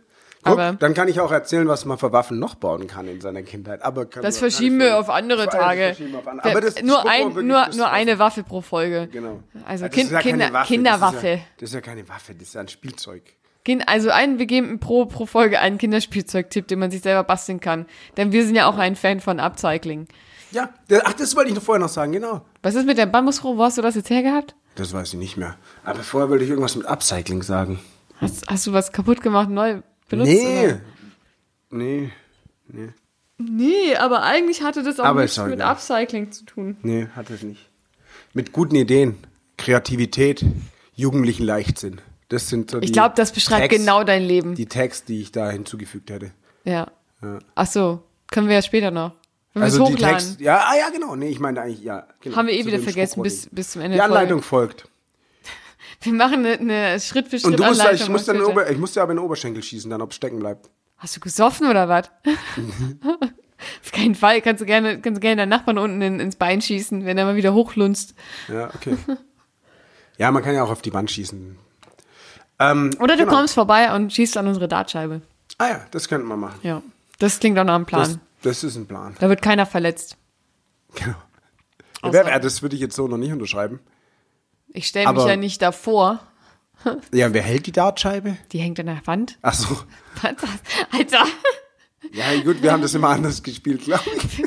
A: Guck,
B: Aber-
A: dann kann ich auch erzählen, was man für Waffen noch bauen kann in seiner Kindheit. Aber können
B: das
A: wir gar
B: verschieben
A: nicht
B: wir
A: vor-
B: auf andere
A: vor- das
B: Tage.
A: verschieben wir auf andere-
B: Wer-
A: Aber das
B: nur
A: Spuckrohr
B: ein,
A: wirklich
B: nur,
A: bis
B: nur
A: draußen.
B: eine Waffe pro Folge.
A: Genau.
B: Also
A: Ja, das
B: kind,
A: ist ja keine
B: Kinder,
A: Waffe,
B: Kinderwaffe.
A: Das ist, ja, das ist ja keine Waffe, das ist ja ein Spielzeug.
B: Kind, also einen, wir geben pro, pro Folge einen Kinderspielzeugtipp, den man sich selber basteln kann. Denn wir sind ja auch ein Fan von Upcycling.
A: Ja, der, ach, das wollte ich noch vorher noch sagen, genau.
B: Was ist mit der Bambusrohr? Wo hast du das jetzt hergehabt?
A: Das weiß ich nicht mehr. Aber vorher wollte ich irgendwas mit Upcycling sagen.
B: Hast, hast du was kaputt gemacht, neu benutzt?
A: nee.
B: Oder?
A: Nee,
B: Nee, aber eigentlich hatte das auch
A: Aber
B: nichts
A: ist auch
B: mit
A: egal.
B: Upcycling zu tun.
A: nee, hat es nicht. Mit guten Ideen, Kreativität, jugendlichen Leichtsinn. Das sind so die
B: Ich glaube, das beschreibt
A: Tags,
B: genau Mhm. dein Leben.
A: die Tags, die ich da hinzugefügt hätte.
B: Ja.
A: Ja.
B: Ach so, können wir ja später noch. Wenn wir es
A: Also die
B: hochladen.
A: Text, ja, ah, ja, genau. Nee, ich meine eigentlich, ja. Genau,
B: Haben wir eh
A: zu
B: wieder
A: dem
B: vergessen
A: Spruch,
B: bis,
A: Rodney.
B: bis zum Ende
A: Die
B: der Folge.
A: Anleitung folgt.
B: Wir machen eine, eine Schritt für Schritt
A: Und du musst, da,
B: Anleitung.
A: ich, muss dann
B: und so weiter.
A: Ober, ich muss dir aber in den Oberschenkel schießen, dann ob es stecken bleibt.
B: Hast du gesoffen oder was?
A: Mhm.
B: Auf keinen Fall. Kannst du gerne, kannst du gerne deinen Nachbarn unten in, ins Bein schießen, wenn er mal wieder hochlunzt.
A: Ja, okay. ja, man kann ja auch auf die Wand schießen. Ähm,
B: Oder du
A: genau.
B: kommst vorbei und schießt an unsere Dartscheibe.
A: Ah ja, das könnte man machen.
B: Ja. Das klingt auch nach einem Plan.
A: Das, das ist ein Plan.
B: da wird keiner verletzt.
A: Genau. Ja,
B: Außer-
A: wer, wer- das würde ich jetzt so noch nicht unterschreiben.
B: Ich stelle mich
A: Aber-
B: ja nicht davor.
A: Ja, wer hält die Dartscheibe?
B: Die hängt an der Wand.
A: Ach so.
B: Was? Alter.
A: Ja, gut, wir haben das immer anders gespielt, glaube ich.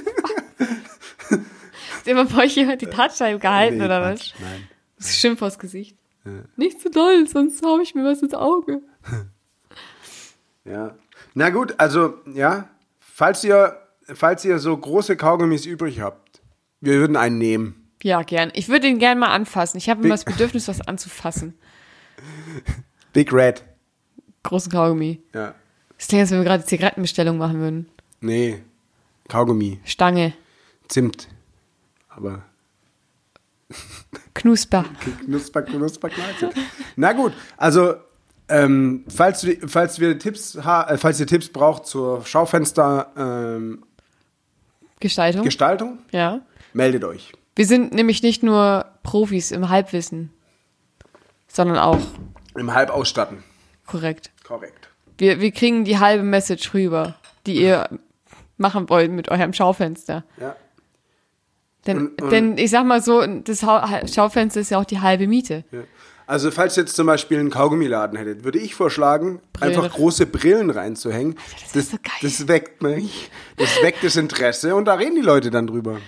B: Ist immer bei euch jemand die Dartscheibe gehalten
A: Nee,
B: oder was?
A: Quatsch, Nein.
B: Das ist Schimpf vors Gesicht. Nicht so doll, sonst hau ich mir was ins Auge.
A: Ja. Na gut, also, ja. Falls ihr, falls ihr so große Kaugummis übrig habt, wir würden einen nehmen.
B: Ja, gern. Ich würde ihn gern mal anfassen. Ich habe immer das Bedürfnis, was anzufassen.
A: Big Red.
B: Großen Kaugummi.
A: Ja.
B: Das klingt, als wenn wir gerade Zigarettenbestellung machen würden.
A: Nee. Kaugummi.
B: Stange,
A: Zimt. Aber
B: Knusper.
A: Knusper, knusper, knallt. Na gut, also ähm, falls, du- falls, wir Tipps, ha- äh, falls ihr Tipps braucht zur Schaufenstergestaltung, ähm,
B: Gestaltung.
A: Gestaltung,
B: ja.
A: meldet euch.
B: Wir sind nämlich nicht nur Profis im Halbwissen, sondern auch
A: Im Halbausstatten.
B: korrekt.
A: Korrekt.
B: Wir, wir kriegen die halbe Message rüber, die ihr machen wollt mit eurem Schaufenster.
A: Ja.
B: Denn,
A: Und- und-
B: denn ich sag mal so, das Hau- Schaufenster ist ja auch die halbe Miete.
A: ja. Also falls ihr jetzt zum Beispiel einen Kaugummiladen hättet, würde ich vorschlagen,
B: Brillen.
A: einfach große Brillen reinzuhängen.
B: das ist
A: das,
B: so geil.
A: das weckt mich. Das weckt das Interesse und da reden die Leute dann drüber.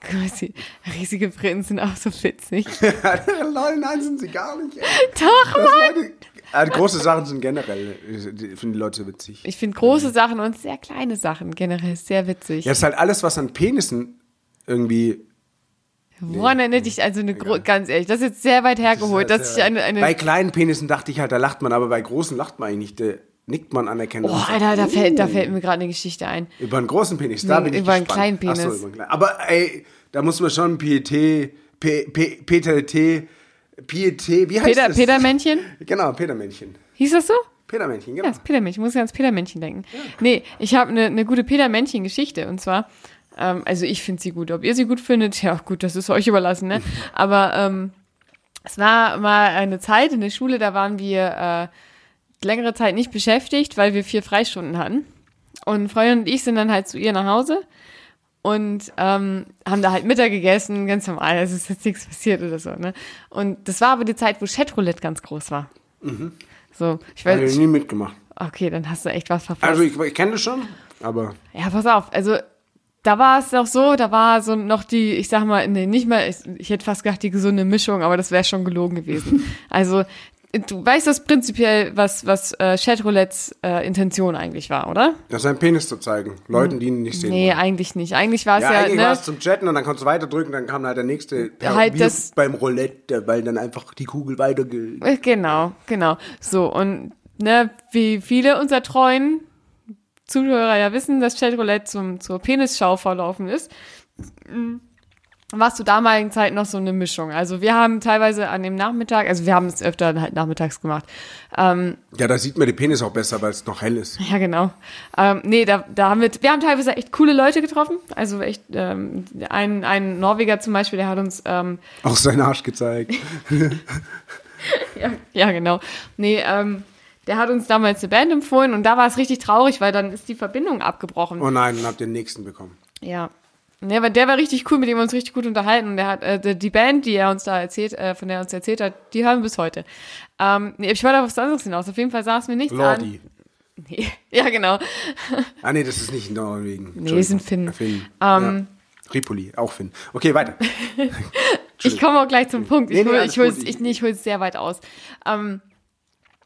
B: Quasi. Riesige Brillen sind auch so witzig.
A: Lol, nein, sind sie gar nicht. ey.
B: Doch,
A: Das Leute, äh, große Sachen sind generell, äh, die- finden die Leute so witzig.
B: Ich finde große Sachen und sehr kleine Sachen generell sehr witzig.
A: Ja, ist halt alles, was an Penissen irgendwie.
B: Woran erinnert dich also eine gro- ganz ehrlich, das ist jetzt sehr weit hergeholt,
A: Das
B: dass
A: ist
B: ich
A: halt,
B: eine,
A: äh,
B: eine
A: bei kleinen Penissen dachte ich halt, da lacht man, aber bei großen lacht man eigentlich nicht. Da nickt man anerkennend. "Uh."
B: Oh, Alter, da fällt, da fällt mir gerade eine Geschichte ein.
A: Über einen großen Penis, da
B: Nee,
A: bin ich
B: über einen kleinen
A: gespannt.
B: Penis.
A: Ach so, über einen kleinen. Aber ey, da muss man schon PET, P- P- PTT, PET, E wie heißt
B: Peter,
A: das?
B: Petermännchen?
A: Genau, Petermännchen.
B: Hieß das so?
A: Petermännchen,
B: Ja,
A: genau.
B: das Petermännchen. Ich muss ja ans Petermännchen denken. Nee, ich habe eine ne gute Petermännchen-Geschichte. Und zwar, ähm, also ich finde sie gut. Ob ihr sie gut findet, ja gut, das ist euch überlassen, ne? Aber ähm, es war mal eine Zeit in der Schule, da waren wir äh, längere Zeit nicht beschäftigt, weil wir vier Freistunden hatten. Und Freundin und ich sind dann halt zu ihr nach Hause und ähm, haben da halt Mittag gegessen, ganz normal. Es ist jetzt nichts passiert oder so, ne? Und das war aber die Zeit, wo Chatroulette ganz groß war. So, ich weiß,
A: Habe ich nie mitgemacht.
B: Okay, dann hast du echt was verpasst.
A: Also ich, ich kenne das schon, aber
B: ja, pass auf. Also da war es noch so, da war so noch die, ich sag mal, nee, nicht mal, ich, ich hätte fast gedacht, die gesunde Mischung, aber das wäre schon gelogen gewesen. also du weißt das prinzipiell, was, was äh, Chatroulets äh, Intention eigentlich war, oder?
A: das ist ein Penis zu zeigen. Leuten, die ihn nicht sehen.
B: Nee,
A: wollen.
B: eigentlich nicht. Eigentlich war es
A: Genau. Ja,
B: ja,
A: eigentlich
B: ne?
A: war es zum Chatten und dann konntest du weiterdrücken, dann kam halt der nächste per-
B: Halt
A: wie
B: das-
A: beim Roulette, weil dann einfach die Kugel weiterge...
B: Äh, Genau, genau. So, und ne, wie viele unserer treuen Zuhörer ja wissen, dass Chatroulette zum, zur Penisschau verlaufen ist, mm, war zu damaligen Zeit noch so eine Mischung. Also wir haben teilweise an dem Nachmittag, also wir haben es öfter halt nachmittags gemacht, ähm,
A: Ja, da sieht man den Penis auch besser, weil es noch hell ist.
B: ja, genau. Ähm, nee, da, da haben wir, wir haben teilweise echt coole Leute getroffen. Also echt, ähm, ein, ein Norweger zum Beispiel, der hat uns ähm,
A: Auch sein Arsch gezeigt.
B: Ja, genau. Nee, ähm, der hat uns damals eine Band empfohlen und da war es richtig traurig, weil dann ist die Verbindung abgebrochen.
A: Oh nein, dann habt ihr den nächsten bekommen.
B: Ja. Nee, aber der war richtig cool, mit dem wir uns richtig gut unterhalten. Und der hat, äh, die- die Band, die er uns da erzählt, äh, von der er uns erzählt hat, die hören wir bis heute. Ähm, nee, ich wollte auf was anderes hinaus. Auf jeden Fall saßen wir nichts
A: Lordi.
B: an. Nee. Ja, genau.
A: Ah nee, das ist nicht in Norwegen.
B: Nee, es sind Finnen.
A: Finn.
B: Ähm,
A: ja. Ripoli, auch Finn. Okay, weiter.
B: Ich komme auch gleich zum Punkt. Ich
A: Nee, nee,
B: hol-
A: alles
B: ich hol's,
A: gut.
B: ich, nee, ich hol's sehr weit aus. Ähm,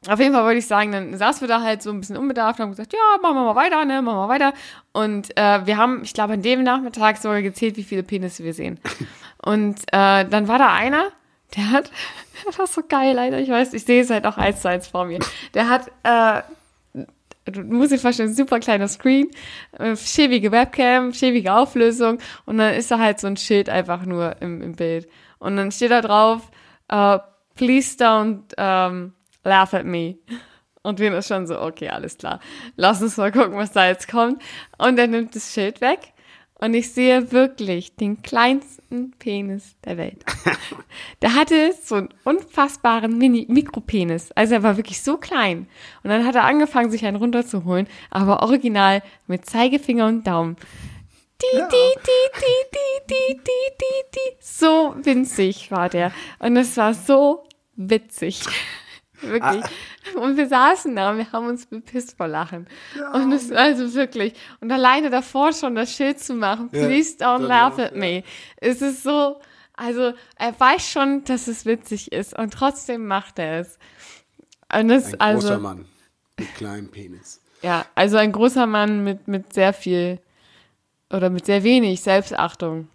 B: auf jeden Fall wollte ich sagen, dann saßen wir da halt so ein bisschen unbedarft und haben gesagt, ja, machen wir mal weiter, ne, machen wir mal weiter. Und äh, wir haben, ich glaube, an dem Nachmittag sogar gezählt, wie viele Penisse wir sehen. Und äh, dann war da einer, der hat, das war so geil, leider, ich weiß, ich sehe es halt auch eins zu eins vor mir. Der hat äh, du musst dir vorstellen, super kleiner Screen, äh, schäbige Webcam, schäbige Auflösung und dann ist da halt so ein Schild einfach nur im, im Bild. Und dann steht da drauf, äh, please don't ähm, laugh at me. Und wir ist schon so, okay, alles klar. Lass uns mal gucken, was da jetzt kommt. Und er nimmt das Schild weg. Und ich sehe wirklich den kleinsten Penis der Welt. Der hatte so einen unfassbaren Mini Mikropenis. Also er war wirklich so klein. Und dann hat er angefangen, sich einen runterzuholen, aber original mit Zeigefinger und Daumen. Die,
A: Ja.
B: die, die, die, die, die, die, die, die. So winzig war der. Und es war so witzig.
A: Ah.
B: Wirklich. Und wir saßen da und wir haben uns bepisst vor Lachen. Und es also wirklich. Und alleine davor schon das Schild zu machen,
A: Ja,
B: please don't
A: don't
B: laugh
A: laugh,
B: at me. Es ist so, also er weiß schon, dass es witzig ist und trotzdem macht er es. Und das,
A: Ein
B: also,
A: großer Mann mit kleinem Penis.
B: ja, also ein großer Mann mit, mit sehr viel oder mit sehr wenig Selbstachtung.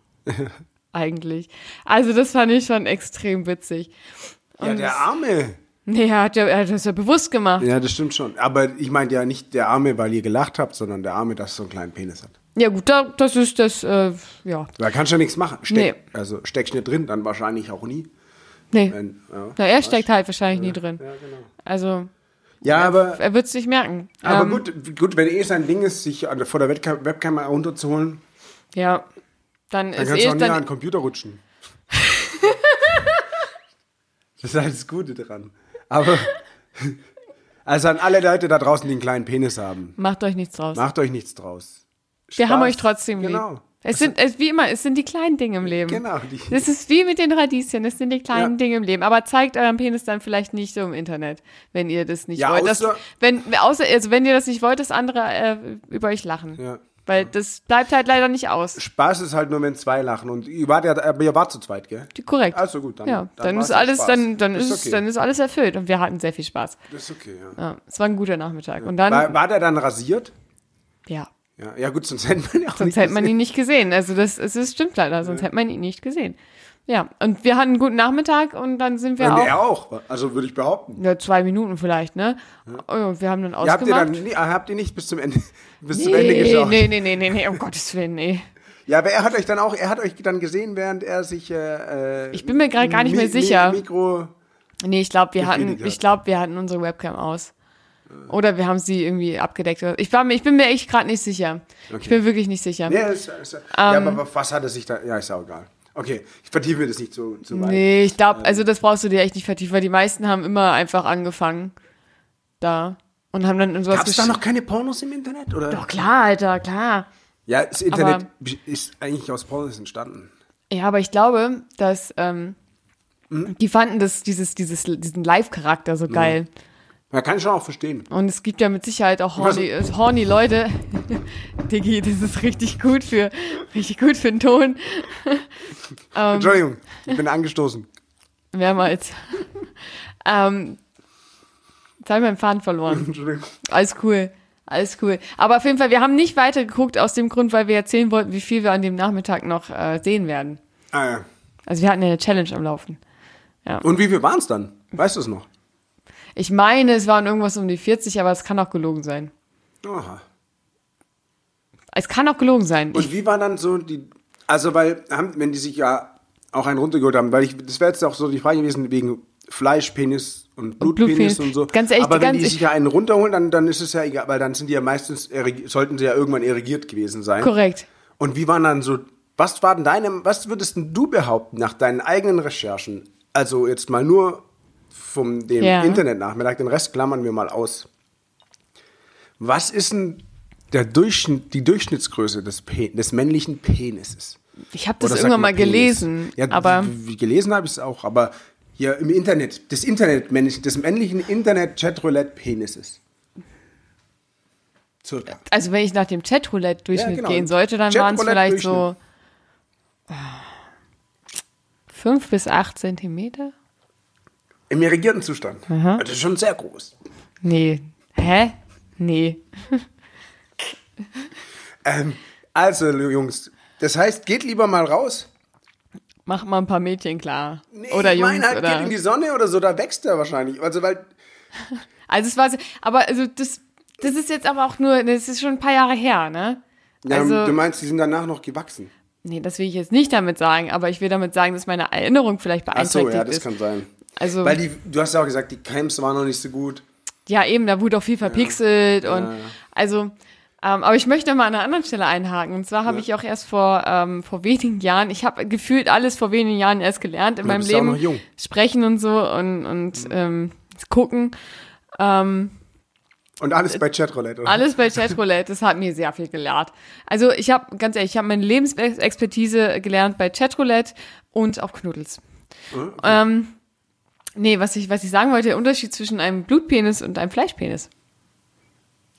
B: eigentlich. Also das fand ich schon extrem witzig.
A: Ja, der Arme.
B: Nee, er hat ja, er hat das ja bewusst gemacht.
A: Ja, das stimmt schon. Aber ich meinte ja nicht der Arme, weil ihr gelacht habt, sondern der Arme, dass so einen kleinen Penis hat.
B: Ja, gut, da, das ist das, äh, ja.
A: Da kannst du ja nichts machen. Steck,
B: Nee.
A: Also steckst nicht drin, dann wahrscheinlich auch nie.
B: Nee.
A: Wenn, ja.
B: Na, er steckt halt wahrscheinlich nie drin.
A: Ja, genau.
B: Also,
A: Ja, aber,
B: er wird es nicht merken.
A: aber
B: Ähm,
A: gut, gut, wenn eh sein Ding ist, sich an der- vor der Webcam, Webcam runterzuholen,
B: Ja. Dann,
A: dann
B: ist
A: kannst du
B: eh
A: auch nie an den
B: dann,
A: Computer rutschen. das ist halt das Gute dran. Aber, also an alle Leute da draußen, die einen kleinen Penis haben,
B: macht euch nichts draus.
A: macht euch nichts draus.
B: Wir haben
A: Spaß.
B: euch trotzdem
A: Genau.
B: lieb. Es sind, es, wie immer, es sind die kleinen Dinge im Leben.
A: Genau, die-
B: Es ist wie mit den Radieschen, es sind die kleinen
A: Ja.
B: Dinge im Leben. Aber zeigt euren Penis dann vielleicht nicht so im Internet, wenn ihr das nicht
A: Ja,
B: wollt. Das,
A: außer-
B: wenn, außer, also wenn ihr das nicht wollt, dass andere äh, über euch lachen.
A: Ja.
B: Weil das bleibt halt leider nicht aus.
A: Spaß ist halt nur, wenn zwei lachen. Und ihr wart ja, aber ihr wart zu zweit, gell?
B: Korrekt.
A: Also gut, dann-
B: ja,
A: dann
B: dann,
A: war's
B: ist
A: ja
B: alles,
A: Spaß.
B: dann, dann
A: Ist
B: ist, es-
A: okay.
B: dann ist alles erfüllt und wir hatten sehr viel Spaß.
A: Das ist okay, ja.
B: Ja, es war ein guter Nachmittag. Und dann,
A: war, war der dann rasiert?
B: ja,
A: Ja, ja gut, sonst hätte man ja auch
B: sonst
A: nicht
B: hätte man
A: gesehen.
B: ihn nicht gesehen. Also das, es ist, stimmt leider, sonst hätte man ihn nicht gesehen. Ja, und wir hatten einen guten Nachmittag und dann sind wir
A: Und
B: auch,
A: er auch, also würde ich behaupten.
B: ja, zwei Minuten vielleicht, ne? Und wir haben dann
A: Ja, habt ihr dann
B: ausgemacht.
A: nie, ah, habt ihr nicht bis zum Ende bis zum Ende
B: Nee,
A: geschaut?
B: nee, nee, nee, nee, nee, um Gottes Willen, nee.
A: Ja, aber er hat euch dann auch, er hat euch dann gesehen, während er sich äh, äh,
B: Ich bin mir gerade gar nicht mehr
A: Mi- Mi-
B: sicher.
A: Mikro
B: Nee, ich glaube, wir hatten,
A: Befriedigt hat.
B: ich glaube, wir hatten unsere Webcam aus.
A: Äh.
B: Oder wir haben sie irgendwie abgedeckt. Ich, war, mir- ich bin mir echt gerade nicht sicher. Ich bin wirklich nicht sicher.
A: Ja, ist, ist, ja,
B: Ähm.
A: aber was hat er sich da? Ja, ist auch egal. Okay, ich vertiefe mir das nicht so zu weit.
B: Nee, ich
A: Ähm.
B: glaube, also das brauchst du dir echt nicht vertiefen, weil die meisten haben immer einfach angefangen da und haben dann sowas
A: Gab es da
B: gesch-
A: noch keine Pornos im Internet? Oder?
B: Doch klar, Alter, klar.
A: Ja, das Internet
B: Aber-
A: ist eigentlich aus Pornos entstanden.
B: Ja, aber ich glaube, dass ähm, die fanden das, dieses, dieses, diesen Live-Charakter so geil.
A: Man kann ich schon auch verstehen.
B: Und es gibt ja mit Sicherheit auch horny, äh, horny Leute. Diggi, das ist richtig gut für, richtig gut für den Ton. Ähm.
A: Entschuldigung, ich bin angestoßen.
B: Mehrmals. ähm, jetzt habe ich meinen Faden verloren.
A: Entschuldigung.
B: Alles cool. Alles cool. Aber auf jeden Fall, wir haben nicht weitergeguckt aus dem Grund, weil wir erzählen wollten, wie viel wir an dem Nachmittag noch äh, sehen werden.
A: Ah, ja.
B: Also wir hatten ja eine Challenge am Laufen.
A: Und wie viel waren es dann? Weißt du es noch?
B: Ich meine, es waren irgendwas um die 40, aber es kann auch gelogen sein.
A: Aha.
B: Es kann auch gelogen sein. Ich,
A: Und wie war dann so die, also weil, haben, wenn die sich ja auch einen runtergeholt haben, weil ich, das wäre jetzt auch so die Frage gewesen, wegen Fleischpenis und Blutpenis
B: Blutpenis.
A: und, so.
B: Ganz ehrlich,
A: Aber wenn
B: ganz
A: die
B: ehrlich.
A: sich ja einen runterholen, dann, dann ist es ja egal, weil dann sind die ja meistens, erreg- sollten sie ja irgendwann erregiert gewesen sein.
B: korrekt.
A: Und wie waren dann so, was war denn deinem, was würdest denn du behaupten nach deinen eigenen Recherchen? Also jetzt mal nur vom dem
B: Ja.
A: Internetnachmittag, den Rest klammern wir mal aus. Was ist denn der Durchschnitt, die Durchschnittsgröße des, Pe des männlichen Penises?
B: Ich habe das
A: Oder sagt
B: irgendwann
A: man
B: mal
A: Penis?
B: gelesen.
A: Ja,
B: aber
A: wie gelesen habe ich es auch, aber hier im Internet, des Internet des männlichen Internet Chatroulette Penises. Circa.
B: also wenn ich nach dem Chatroulette-Durchschnitt
A: Ja, genau.
B: gehen sollte, dann waren es vielleicht so
A: Chatroulette-Durchschnitt.
B: fünf bis acht Zentimeter?
A: Im irrigierten Zustand. Das ist schon sehr groß.
B: Nee. Hä? Nee.
A: Ähm, also, Jungs, das heißt, geht lieber mal raus.
B: Mach mal ein paar Mädchen klar.
A: Nee,
B: oder
A: ich
B: Jungs.
A: meine halt,
B: oder
A: geht in die Sonne oder so, da wächst er wahrscheinlich. Also, weil,
B: Also es war, so- aber also das, Das ist jetzt aber auch nur, das ist schon ein paar Jahre her, ne?
A: Ja,
B: Also-
A: du meinst, die sind danach noch gewachsen.
B: Nee, das will ich jetzt nicht damit sagen, aber ich will damit sagen, dass meine Erinnerung vielleicht
A: Ach so,
B: beeinträchtigt
A: ja, das
B: ist.
A: kann sein.
B: Also,
A: Weil die, du hast ja auch gesagt, die Camps waren noch nicht so gut.
B: ja, eben, da wurde auch viel verpixelt und
A: ja.
B: also, ähm, aber ich möchte mal an einer anderen Stelle einhaken. Und zwar habe ich auch erst vor, ähm, vor wenigen Jahren, ich habe gefühlt alles vor wenigen Jahren erst gelernt in
A: Ja,
B: meinem
A: bist ja auch
B: Leben.
A: noch jung. Mhm.
B: Sprechen und so und, und ähm, gucken. Ähm,
A: Und alles bei Chatroulette, oder?
B: Alles bei Chatroulette, das hat mir sehr viel gelehrt. Also ich habe, ganz ehrlich, ich habe meine Lebensexpertise gelernt bei Chatroulette und auch Knuddels.
A: Mhm.
B: Ähm, nee, was ich, was ich sagen wollte, der Unterschied zwischen einem Blutpenis und einem Fleischpenis.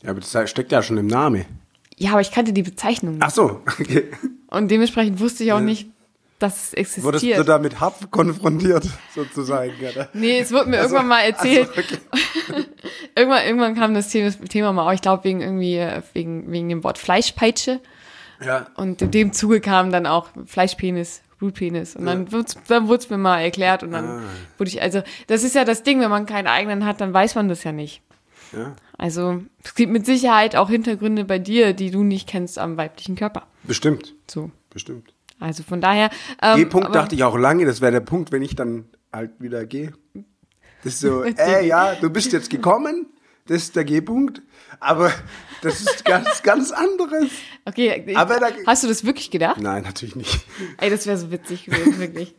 A: Ja, aber das steckt ja schon im Namen.
B: Ja, aber ich kannte die Bezeichnung nicht.
A: Ach so, okay.
B: Und dementsprechend wusste ich auch nicht, dass es
A: Wurdest du
B: existiert.
A: da mit Hub konfrontiert, sozusagen? Ja,
B: Nee, es wurde mir irgendwann mal
A: also-
B: erzählt. irgendwann, irgendwann kam das Thema, das Thema mal auf, ich glaube wegen irgendwie, äh, wegen, wegen dem Wort Fleischpeitsche.
A: ja.
B: Und in dem Zuge kam dann auch Fleischpenis, Blutpenis. Und dann wird's, dann wurde es mir mal erklärt und dann wurde ich, also das ist ja das Ding, wenn man keinen eigenen hat, dann weiß man das ja nicht.
A: ja.
B: Also es gibt mit Sicherheit auch Hintergründe bei dir, die du nicht kennst am weiblichen Körper.
A: Bestimmt,
B: So.
A: bestimmt.
B: Also von daher. Ähm,
A: G-Punkt
B: aber-
A: dachte ich auch lange, das wäre der Punkt, wenn ich dann halt wieder gehe. Das ist so, ey, ja, du bist jetzt gekommen, das ist der G-Punkt, aber das ist ganz, ganz anderes.
B: Okay, ich,
A: Aber da-
B: hast du das wirklich gedacht?
A: Nein, natürlich nicht.
B: Ey, das wäre so witzig gewesen, wirklich.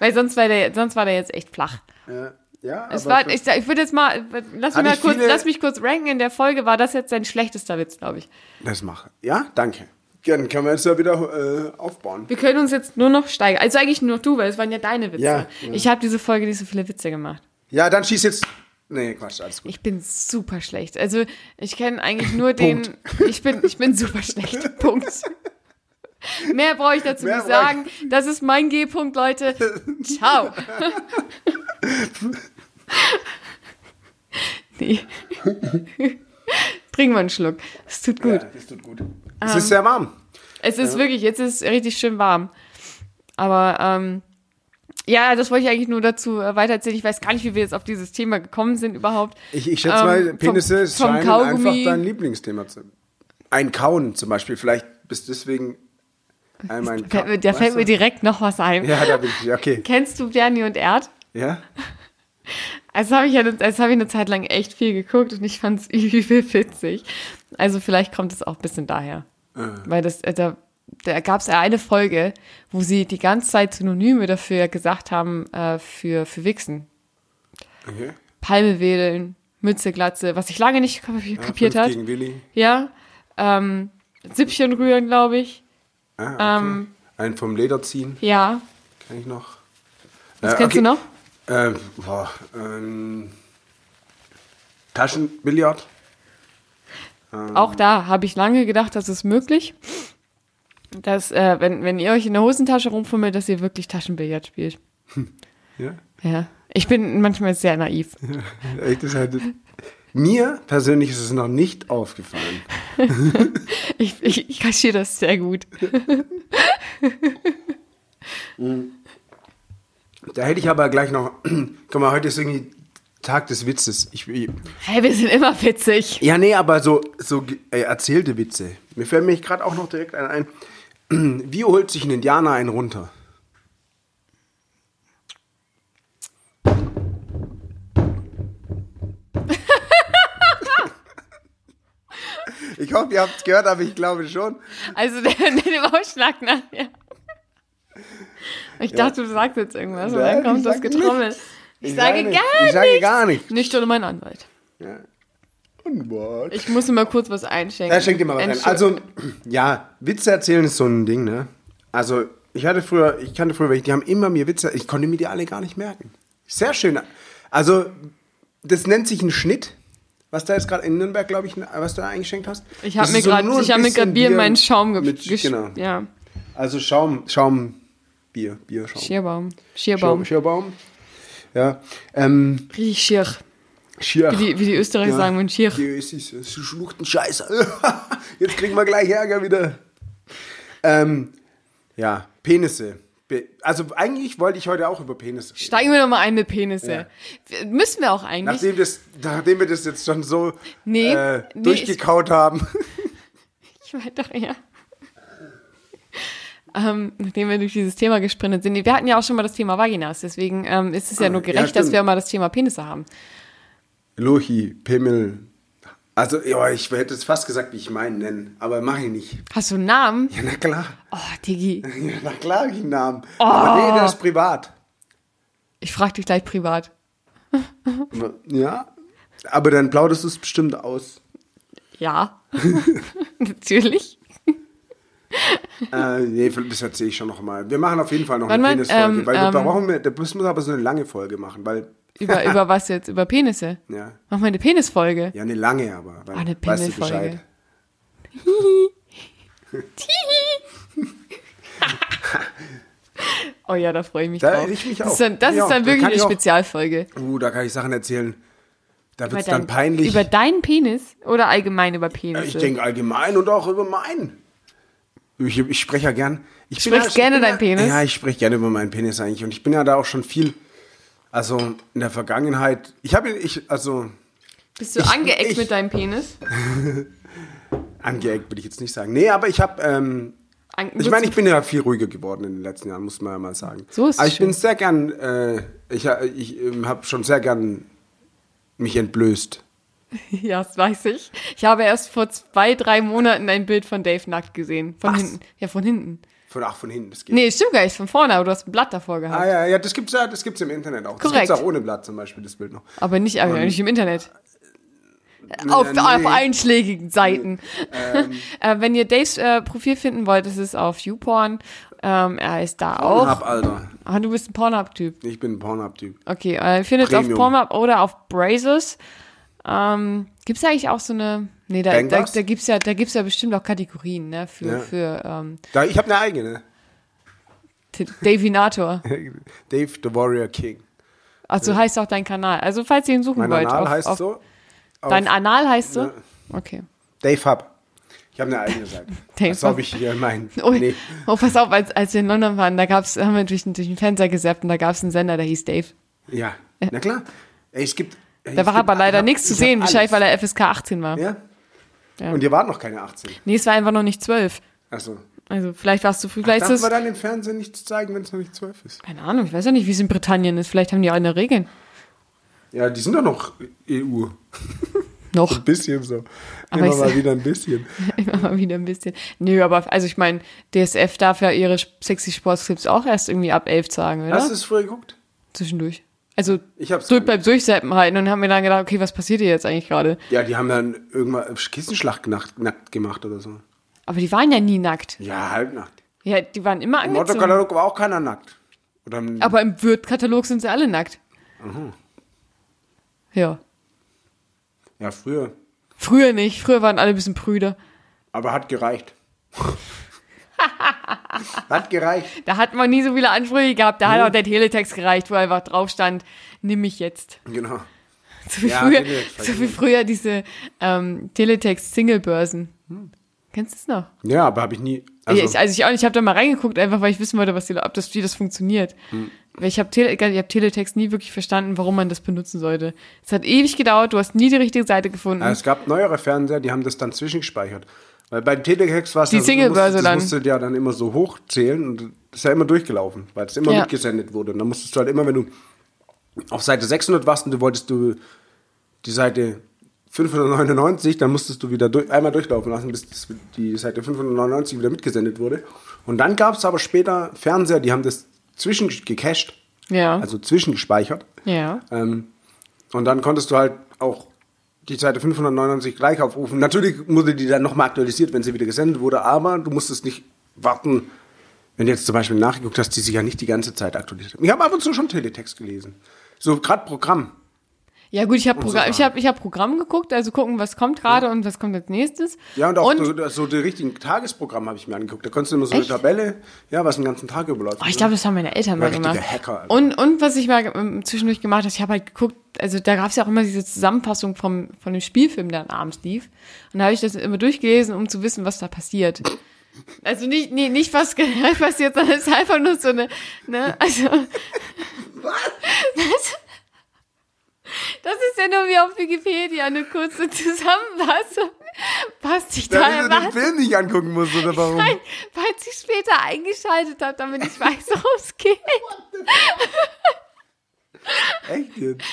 B: Weil sonst war der, sonst war der jetzt echt flach.
A: Ja, Äh, ja
B: Es
A: aber
B: war, ich, ich würde jetzt mal, lass mich,
A: Hatte
B: mal
A: ich
B: kurz,
A: viele-
B: lass mich kurz ranken. In der Folge war das jetzt sein schlechtester Witz, glaube ich.
A: das mache. Ja, danke. Dann können wir jetzt ja wieder äh, aufbauen.
B: Wir können uns jetzt nur noch steigern. Also eigentlich nur noch du, weil es waren ja deine Witze.
A: Ja, ja.
B: Ich habe diese Folge nicht so viele Witze gemacht.
A: Ja, dann schieß jetzt. Nee, Quatsch, alles gut.
B: Ich bin super schlecht. Also ich kenne eigentlich nur den. Ich bin, ich bin super schlecht. Punkt. Mehr brauche ich dazu
A: Mehr
B: nicht
A: brauche
B: sagen. Das ist mein G-Punkt, Leute. Ciao. nee. Trink mal einen Schluck. Es tut gut. Ähm.
A: Ja, das tut gut. Es ist sehr warm.
B: Es ist wirklich, jetzt ist es richtig schön warm. Aber ähm, ja, das wollte ich eigentlich nur dazu äh, weitererzählen. Ich weiß gar nicht, wie wir jetzt auf dieses Thema gekommen sind überhaupt.
A: Ich, ich schätze
B: Ähm,
A: mal, Penisse
B: vom- vom
A: scheinen
B: Kaugummi.
A: einfach dein Lieblingsthema zu sein. Ein Kauen zum Beispiel, vielleicht bist deswegen einmal ein
B: Fällt
A: Kauen.
B: mir, da fällt mir
A: weißt
B: direkt noch was ein.
A: du? Ja, da bin ich, okay.
B: Kennst du Bernie und Erd?
A: Ja?
B: Also habe ich ja, das habe ich eine Zeit lang echt viel geguckt und ich fand es übel witzig. Also vielleicht kommt es auch ein bisschen daher,
A: Ah.
B: weil das äh, da, da gab es ja eine Folge, wo sie die ganze Zeit Synonyme dafür gesagt haben äh, für für Wichsen.
A: okay.
B: Palme wedeln, Mütze, Glatze, was ich lange nicht kap- kapiert
A: Fünf
B: hat.
A: Gegen Willi.
B: Ja, ähm, Süppchen rühren, glaube ich.
A: Ah, okay.
B: Ähm.
A: Einen vom Leder ziehen,
B: Ja,
A: kann ich noch.
B: was
A: Äh,
B: kennst du
A: okay.
B: noch?
A: Ähm, boah, ähm, Taschenbillard.
B: Auch da habe ich lange gedacht, das ist möglich. Dass, äh, wenn, wenn ihr euch in der Hosentasche rumfummelt, dass ihr wirklich Taschenbillard spielt.
A: Ja?
B: Ja. Ich bin manchmal sehr naiv.
A: Echt, das hat, mir persönlich ist es noch nicht aufgefallen.
B: Ich, ich, ich kaschiere das sehr gut.
A: Da hätte ich aber gleich noch. Guck mal, heute ist irgendwie Tag des Witzes. Ich, ich,
B: Hey, wir sind immer witzig.
A: ja, nee, aber so, so ge- äh, erzählte Witze. Mir fällt mich gerade auch noch direkt einer ein. Wie holt sich ein Indianer einen runter? Ich hoffe, ihr habt es gehört, aber ich glaube schon.
B: Also der, der Ausschlag nachher. Ich dachte, du sagst jetzt irgendwas und
A: Nein,
B: dann kommt
A: ich
B: das
A: sage
B: Getrommel.
A: nichts.
B: Ich, sage
A: nicht-
B: gar
A: Ich sage gar nicht.
B: nichts. Nicht ohne meinen Anwalt.
A: Unwort.
B: Ich muss immer kurz was einschenken.
A: Ja, schenk dir mal was ein.
B: Entschuldigung.
A: Also, ja, Witze erzählen ist so ein Ding, ne? Also, ich hatte früher, ich kannte früher welche, die haben immer mir Witze, ich konnte mir die alle gar nicht merken. Sehr schön. Also, das nennt sich ein Schnitt, was da jetzt gerade in Nürnberg, glaube ich, was du da eingeschenkt hast.
B: ich habe
A: Das ist
B: mir
A: so
B: gerade
A: nur ein
B: ich hab mir
A: bisschen
B: grad Bier in meinen Schaum ge
A: mit-
B: gesch-
A: Genau.
B: Ja,
A: Also Schaum, Schaum, Bier, Bier, Schaum.
B: Schierbaum.
A: Schaum,
B: Schierbaum.
A: Schierbaum. Ja. Ähm,
B: Richtig schier.
A: Schier.
B: Wie die, wie die Österreicher sagen, wenn schier.
A: Die Össis, es schluchten Scheiße. Jetzt kriegen wir gleich Ärger wieder. Ähm, ja, Penisse. Be- Also eigentlich wollte ich heute auch über Penisse reden.
B: Steigen wir nochmal ein mit Penisse. Müssen wir auch eigentlich.
A: Nachdem, das, nachdem wir das jetzt schon so
B: Nee,
A: äh,
B: nee,
A: durchgekaut haben.
B: Ich weiß doch, ja. Ähm, nachdem wir durch dieses Thema gesprintet sind. Wir hatten ja auch schon mal das Thema Vaginas, deswegen ähm, ist es ja nur
A: Ah, Ja,
B: gerecht, dass
A: stimmt.
B: wir mal das Thema Penisse haben.
A: Lochi, Pimmel. Also, ja, ich hätte es fast gesagt, wie ich meinen nennen, aber mache ich nicht.
B: Hast du einen Namen?
A: Ja, na klar.
B: Oh, Digi,
A: Ja, na klar habe ich einen Namen. Aber
B: Oh.
A: nee, der ist privat.
B: ich frage dich gleich privat.
A: Ja. Aber dann plaudest du es bestimmt aus.
B: Ja, natürlich.
A: Äh, nee, das erzähle ich schon noch mal. Wir machen auf jeden Fall noch
B: Warte mal,
A: eine Penisfolge.
B: ähm,
A: weil wir
B: ähm,
A: brauchen wir, da müssen wir aber so eine lange Folge machen, weil,
B: Über, über was jetzt? Über Penisse?
A: ja,
B: Mach mal eine Penisfolge.
A: ja, eine lange aber. Weil,
B: Ah, eine
A: weißt du
B: Pimmelfolge.
A: Bescheid.
B: Oh ja, da freue ich mich
A: Da
B: drauf.
A: ich mich
B: das
A: auch.
B: ist dann, das
A: Ja,
B: ist dann
A: da
B: wirklich
A: kann
B: eine
A: ich auch-
B: Spezialfolge.
A: Uh, da kann ich Sachen erzählen. Da wird es
B: Über dein-
A: dann peinlich.
B: Über deinen Penis oder allgemein über Penisse?
A: Ich denke allgemein und auch über meinen. Ich, ich spreche ja gern. Ich bin
B: Sprichst
A: ja,
B: gerne
A: ich bin
B: deinen Penis?
A: Ja, ja, ich spreche gerne über meinen Penis eigentlich. Und ich bin ja da auch schon viel, also in der Vergangenheit. Ich habe ihn, ich, also
B: Bist du
A: ich-
B: angeeckt
A: ich-
B: mit deinem Penis?
A: angeeckt würde ich jetzt nicht sagen. Nee, aber ich habe, ähm,
B: An-
A: ich meine, ich bin ja viel ruhiger geworden in den letzten Jahren, muss man ja mal sagen.
B: So ist
A: aber
B: es
A: ich bin sehr gern, äh, ich, äh, ich ähm, habe schon sehr gern mich entblößt.
B: Ja, das weiß ich. Ich habe erst vor zwei, drei Monaten ein Bild von Dave nackt gesehen. Von
A: Was?
B: hinten. Ja, von hinten.
A: Von, ach, von hinten, das geht.
B: Nee, stimmt gar nicht, von vorne, aber du hast ein Blatt davor gehabt.
A: Ah ja, ja, das gibt's ja, das gibt's im Internet auch. Das
B: Korrekt.
A: gibt's auch ohne Blatt zum Beispiel, das Bild noch.
B: Aber nicht, aber nicht im Internet. Äh, auf,
A: Ah. nee. ähm,
B: auf einschlägigen Seiten. äh, wenn ihr Daves äh, Profil finden wollt, ist es auf YouPorn. Ähm, er ist da auch.
A: Pornhub, Alter.
B: Ah, du bist ein Pornhub-Typ.
A: Ich bin ein Pornhub-Typ.
B: Okay, äh, findet auf
A: Premium.
B: Pornhub oder auf Brazos. Ähm, gibt's da eigentlich auch so eine. Nee, da,
A: Bang
B: da,
A: Bus?
B: da gibt's ja, da gibt's ja bestimmt auch Kategorien, ne? Für,
A: Ja.
B: für ähm,
A: Da, ich habe eine eigene. ne?
B: T- Davinator.
A: Dave the Warrior King.
B: Also heißt auch dein Kanal. Also falls ihr ihn suchen
A: Mein
B: wollt.
A: Anal
B: auf-
A: heißt
B: auf-
A: so. Auf
B: Dein Anal heißt so?
A: Ja.
B: Okay.
A: Dave Hub. Ich habe eine eigene Seite.
B: Dave
A: das habe
B: Hub.
A: ich hier meinen.
B: Oh,
A: Nee.
B: oh, pass auf, als, als wir in London waren, da gab's, haben wir durch, den- durch den Fernseher gesäppt und da gab's einen Sender, der hieß Dave.
A: Ja, na klar. Ey, es gibt. ey,
B: Da
A: es
B: war
A: gibt-
B: aber
A: ich
B: leider
A: hab-
B: nichts zu
A: ich hab
B: sehen,
A: alles.
B: wahrscheinlich weil er FSK 18 war.
A: Ja?
B: Ja.
A: Und ihr wart noch keine 18.
B: Nee, es war einfach noch nicht 12.
A: Achso.
B: Also vielleicht warst du früh, vielleicht
A: Darf
B: ist
A: man
B: es,
A: dann im Fernsehen nichts zeigen, wenn es noch nicht 12 ist?
B: keine Ahnung, ich weiß ja nicht, wie es in Britannien ist. Vielleicht haben die eine Regeln.
A: Ja, die sind doch noch EU.
B: Noch.
A: Ein bisschen so.
B: Aber
A: Immer
B: ich-
A: mal wieder ein bisschen.
B: Immer mal wieder ein bisschen. Nö, aber, also ich meine, DSF darf ja ihre sexy Sportsclips auch erst irgendwie ab 11 sagen, oder?
A: Hast du es früher geguckt?
B: zwischendurch. Also
A: Ich hab's
B: durch,
A: gemacht.
B: beim Durchseppen halten und haben mir dann gedacht, okay, was passiert hier jetzt eigentlich gerade?
A: Ja, die haben dann irgendwann Kissenschlacht nackt, nackt gemacht oder so.
B: Aber die waren ja nie nackt.
A: Ja, halbnackt.
B: Ja, die waren immer
A: Im
B: angezogen.
A: Autokatalog war auch keiner nackt. Oder im,
B: Aber im Wirt-Katalog sind sie alle nackt.
A: Mhm.
B: Ja.
A: ja, früher.
B: Früher nicht. Früher waren alle ein bisschen prüder.
A: Aber hat gereicht. hat gereicht.
B: Da hat man nie so viele Ansprüche gehabt. Da hat auch der Teletext gereicht, wo einfach drauf stand, nimm mich jetzt.
A: Genau.
B: So wie
A: Ja,
B: früher,
A: Teletext war
B: so wie früher diese ähm, Teletext-Singlebörsen. Kennst du es noch?
A: Ja, aber habe ich nie.
B: Also
A: Hm. Also,
B: ich, also ich auch nicht, ich habe da mal reingeguckt, einfach weil ich wissen wollte, was die, ob das, wie das funktioniert.
A: Hm.
B: Weil ich habe Tele, ich hab Teletext nie wirklich verstanden, warum man das benutzen sollte. Es hat ewig gedauert, du hast nie die richtige Seite gefunden.
A: Ah, es gab neuere Fernseher, die haben das dann zwischengespeichert. Weil beim Teletext war es
B: Die
A: ja so, du
B: Singlebörse
A: musstest-
B: dann.
A: Das musst du ja dann immer so hochzählen und das ist ja immer durchgelaufen, weil es immer
B: Ja.
A: mitgesendet wurde. Und dann musstest du halt immer, wenn du auf Seite 600 warst und du wolltest du die Seite 599, dann musstest du wieder durch, einmal durchlaufen lassen, bis das, die Seite 599 wieder mitgesendet wurde. Und dann gab es aber später Fernseher, die haben das zwischengecached,
B: ja.
A: also zwischengespeichert.
B: ja.
A: Ähm, und dann konntest du halt auch die Seite 599 gleich aufrufen. Natürlich wurde die dann nochmal aktualisiert, wenn sie wieder gesendet wurde, aber du musstest nicht warten, wenn du jetzt zum Beispiel nachgeguckt hast, die sich ja nicht die ganze Zeit aktualisiert haben. Ich habe ab und zu schon Teletext gelesen. So gerade Programm.
B: Ja gut, ich habe
A: so
B: Programm, ich
A: Sachen.
B: hab, ich hab Programm geguckt, also gucken, was kommt gerade und was kommt als nächstes.
A: Ja, und auch so, so die richtigen Tagesprogramme habe ich mir angeguckt. Da konntest du immer so
B: Echt?
A: eine Tabelle, ja, was den ganzen Tag überläuft.
B: Oh, ich glaube, das haben meine Eltern mal
A: War richtige
B: gemacht.
A: Hacker, also. Alter.
B: und, und was ich mal ähm, zwischendurch gemacht habe, ich habe halt geguckt, also da gab es ja auch immer diese Zusammenfassung vom, von dem Spielfilm, der dann abends lief. Und da habe ich das immer durchgelesen, um zu wissen, was da passiert. Also nicht, nee, nicht was generell passiert, sondern es ist einfach nur so eine, ne, also. Das, das ist ja nur wie auf Wikipedia eine kurze Zusammenfassung. Was ich da
A: Damit du den
B: erwartet
A: Film nicht angucken musst, oder warum?
B: Nein, weil sie später eingeschaltet hat, damit ich weiß, worum es geht.
A: Echt jetzt?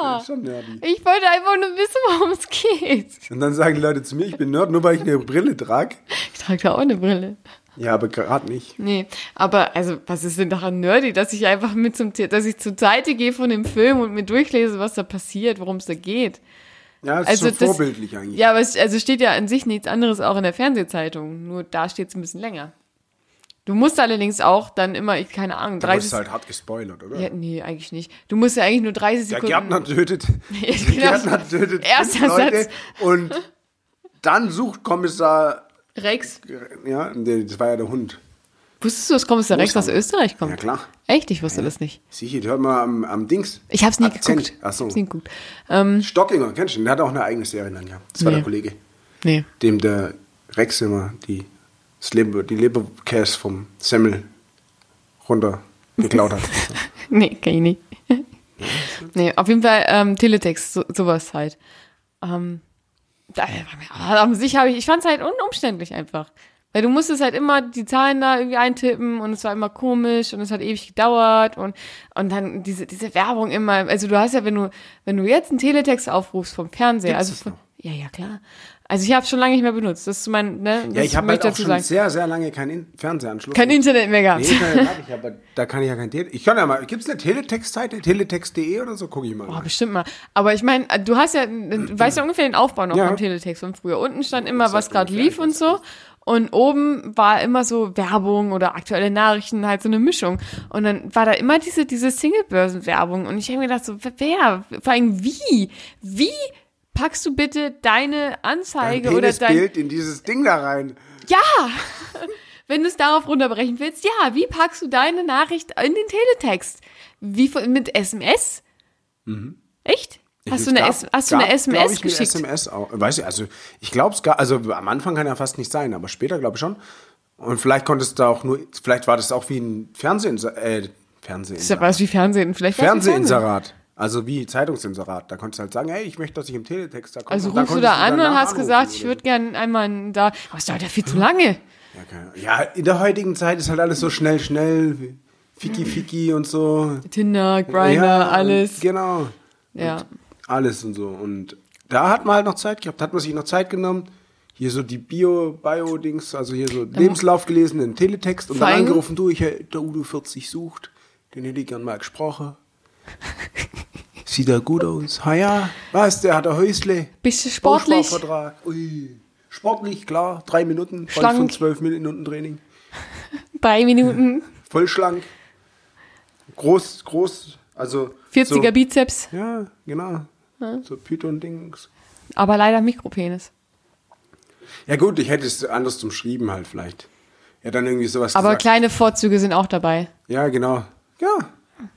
A: Ja. Schon nerdy.
B: Ich wollte einfach nur wissen, worum es geht.
A: Und dann sagen die Leute zu mir, ich bin Nerd, nur weil ich eine Brille trage.
B: Ich trage da auch eine Brille.
A: Ja, aber gerade nicht.
B: Nee, aber also, was ist denn daran nerdy, dass ich einfach mit zum Tier, dass ich zur Seite gehe von dem Film und mir durchlese, was da passiert, worum es da geht.
A: Ja, ist
B: Also
A: also so
B: das-
A: vorbildlich eigentlich.
B: Ja, aber es also steht ja an sich nichts anderes auch in der Fernsehzeitung, nur da steht es ein bisschen länger. Du musst allerdings auch dann immer, ich keine Ahnung,
A: aber
B: 30
A: es ist halt hart gespoilert, oder?
B: ja, nee, eigentlich nicht. Du musst ja eigentlich nur 30
A: Der
B: Sekunden.
A: Gärtner tötet. Der
B: genau.
A: Gärtner tötet
B: Erster
A: fünf Leute
B: Satz.
A: und dann sucht Kommissar,
B: Rex,
A: ja, nee, das war ja der Hund.
B: wusstest du, es kommt, dass der Rex aus
A: Großartig.
B: Österreich kommt?
A: Ja, klar.
B: Echt, ich wusste das nicht.
A: Sicher, hört mal am, am Dings.
B: Ich hab's nie
A: Akzent.
B: geguckt.
A: Ach so.
B: Hab's nie geguckt. Ähm,
A: Stockinger, kennst du den? Der hat auch eine eigene Serie dann gehabt. Das war
B: Nee.
A: der Kollege,
B: nee.
A: dem der Rex immer die, das Leber, die Leberkäse vom Semmel runter geklaut hat.
B: Nee, kann ich nicht. nee, auf jeden Fall ähm, Teletext, so, sowas halt. Ähm, da, aber an sich habe ich, ich fand es halt unumständlich einfach. Weil du musstest halt immer die Zahlen da irgendwie eintippen und es war immer komisch und es hat ewig gedauert und, und dann diese, diese Werbung immer. Also du hast ja, wenn du, wenn du jetzt einen Teletext aufrufst vom Fernseher,
A: Gibt's
B: also
A: das
B: von,
A: noch?
B: ja, ja, klar. Also ich habe es schon lange nicht mehr benutzt. Das ist mein, ne, das
A: ja, ich habe halt
B: möchte ich
A: auch
B: dazu
A: schon
B: sagen.
A: sehr, sehr lange keinen In- Fernsehanschluss.
B: Kein
A: Und-
B: Internet mehr gehabt.
A: Nee, kann, hab ich, aber da kann ich ja kein Tele Ich kann ja mal. Gibt es eine Teletext-Seite? Teletext.de oder so? Gucke ich mal.
B: Oh,
A: rein.
B: bestimmt mal. Aber ich meine, du hast ja, du weißt ja ungefähr den Aufbau noch
A: Genau. Ja.
B: vom Teletext von früher. Unten stand immer,
A: Das
B: was
A: heißt
B: gerade
A: ungefähr,
B: lief
A: ich
B: und
A: weiß
B: so. Und oben war immer so Werbung oder aktuelle Nachrichten, halt so eine Mischung. Und dann war da immer diese, diese Singlebörsenwerbung. Und ich habe mir gedacht, so, wer? Vor allem wie? Wie packst du bitte deine Anzeige
A: Dein
B: oder dein.
A: Penisbild in dieses Ding da rein.
B: Ja! Wenn du es darauf runterbrechen willst, ja, wie packst du deine Nachricht in den Teletext? Wie von, mit SMS?
A: Mhm.
B: Echt? Hast du, eine,
A: Es
B: S
A: gab-
B: hast du eine
A: gab, glaub
B: SMS
A: ich, eine
B: geschickt?
A: SMS auch. Weiß ich, also ich glaube es gar, also am Anfang kann ja fast nicht sein, aber später glaube ich schon. Und vielleicht konntest du auch nur, vielleicht war das auch wie ein Fernsehen, äh, Fernsehen.
B: Das war es wie Fernsehen. Vielleicht war's wie
A: Fernsehinserat. Also wie Zeitungsinserat. Da konntest du halt sagen, hey, ich möchte, dass ich im Teletext da komme.
B: Also
A: Und dann
B: rufst du da
A: konntest
B: an und
A: danach
B: hast gesagt,
A: anrufen
B: ich
A: oder
B: würde gerne einmal einen da. Aber es dauert ja viel zu lange.
A: so. Ja, keine Ahnung. Ja, in der heutigen Zeit ist halt alles so schnell, schnell, Fiki, Fiki und so.
B: Tinder, Grindr,
A: ja,
B: alles.
A: Genau.
B: Ja.
A: alles und so. Und da hat man halt noch Zeit gehabt, hat man sich noch Zeit genommen. Hier so die Bio, Bio-Dings, also hier so Lebenslauf gelesen, den Teletext und
B: Vor
A: dann
B: allem-
A: angerufen, du, ich, äh, der Udo 40 sucht, den hätte ich gern mal gesprochen. Sieht er gut aus? Ha ja, was, der hat ein Häusle.
B: Bist du sportlich?
A: Bausparvertrag. Ui. Sportlich, klar, drei Minuten,
B: Schlank.
A: von zwölf Minuten Training.
B: Drei Minuten,
A: Voll schlank. Groß, groß, also.
B: 40er
A: so,
B: Bizeps,
A: Ja, genau. So Python-Dings.
B: aber leider Mikropenis.
A: Ja gut, ich hätte es anders umschrieben halt vielleicht. Ja, dann irgendwie sowas
B: Aber
A: gesagt.
B: kleine Vorzüge sind auch dabei.
A: Ja, genau. Ja,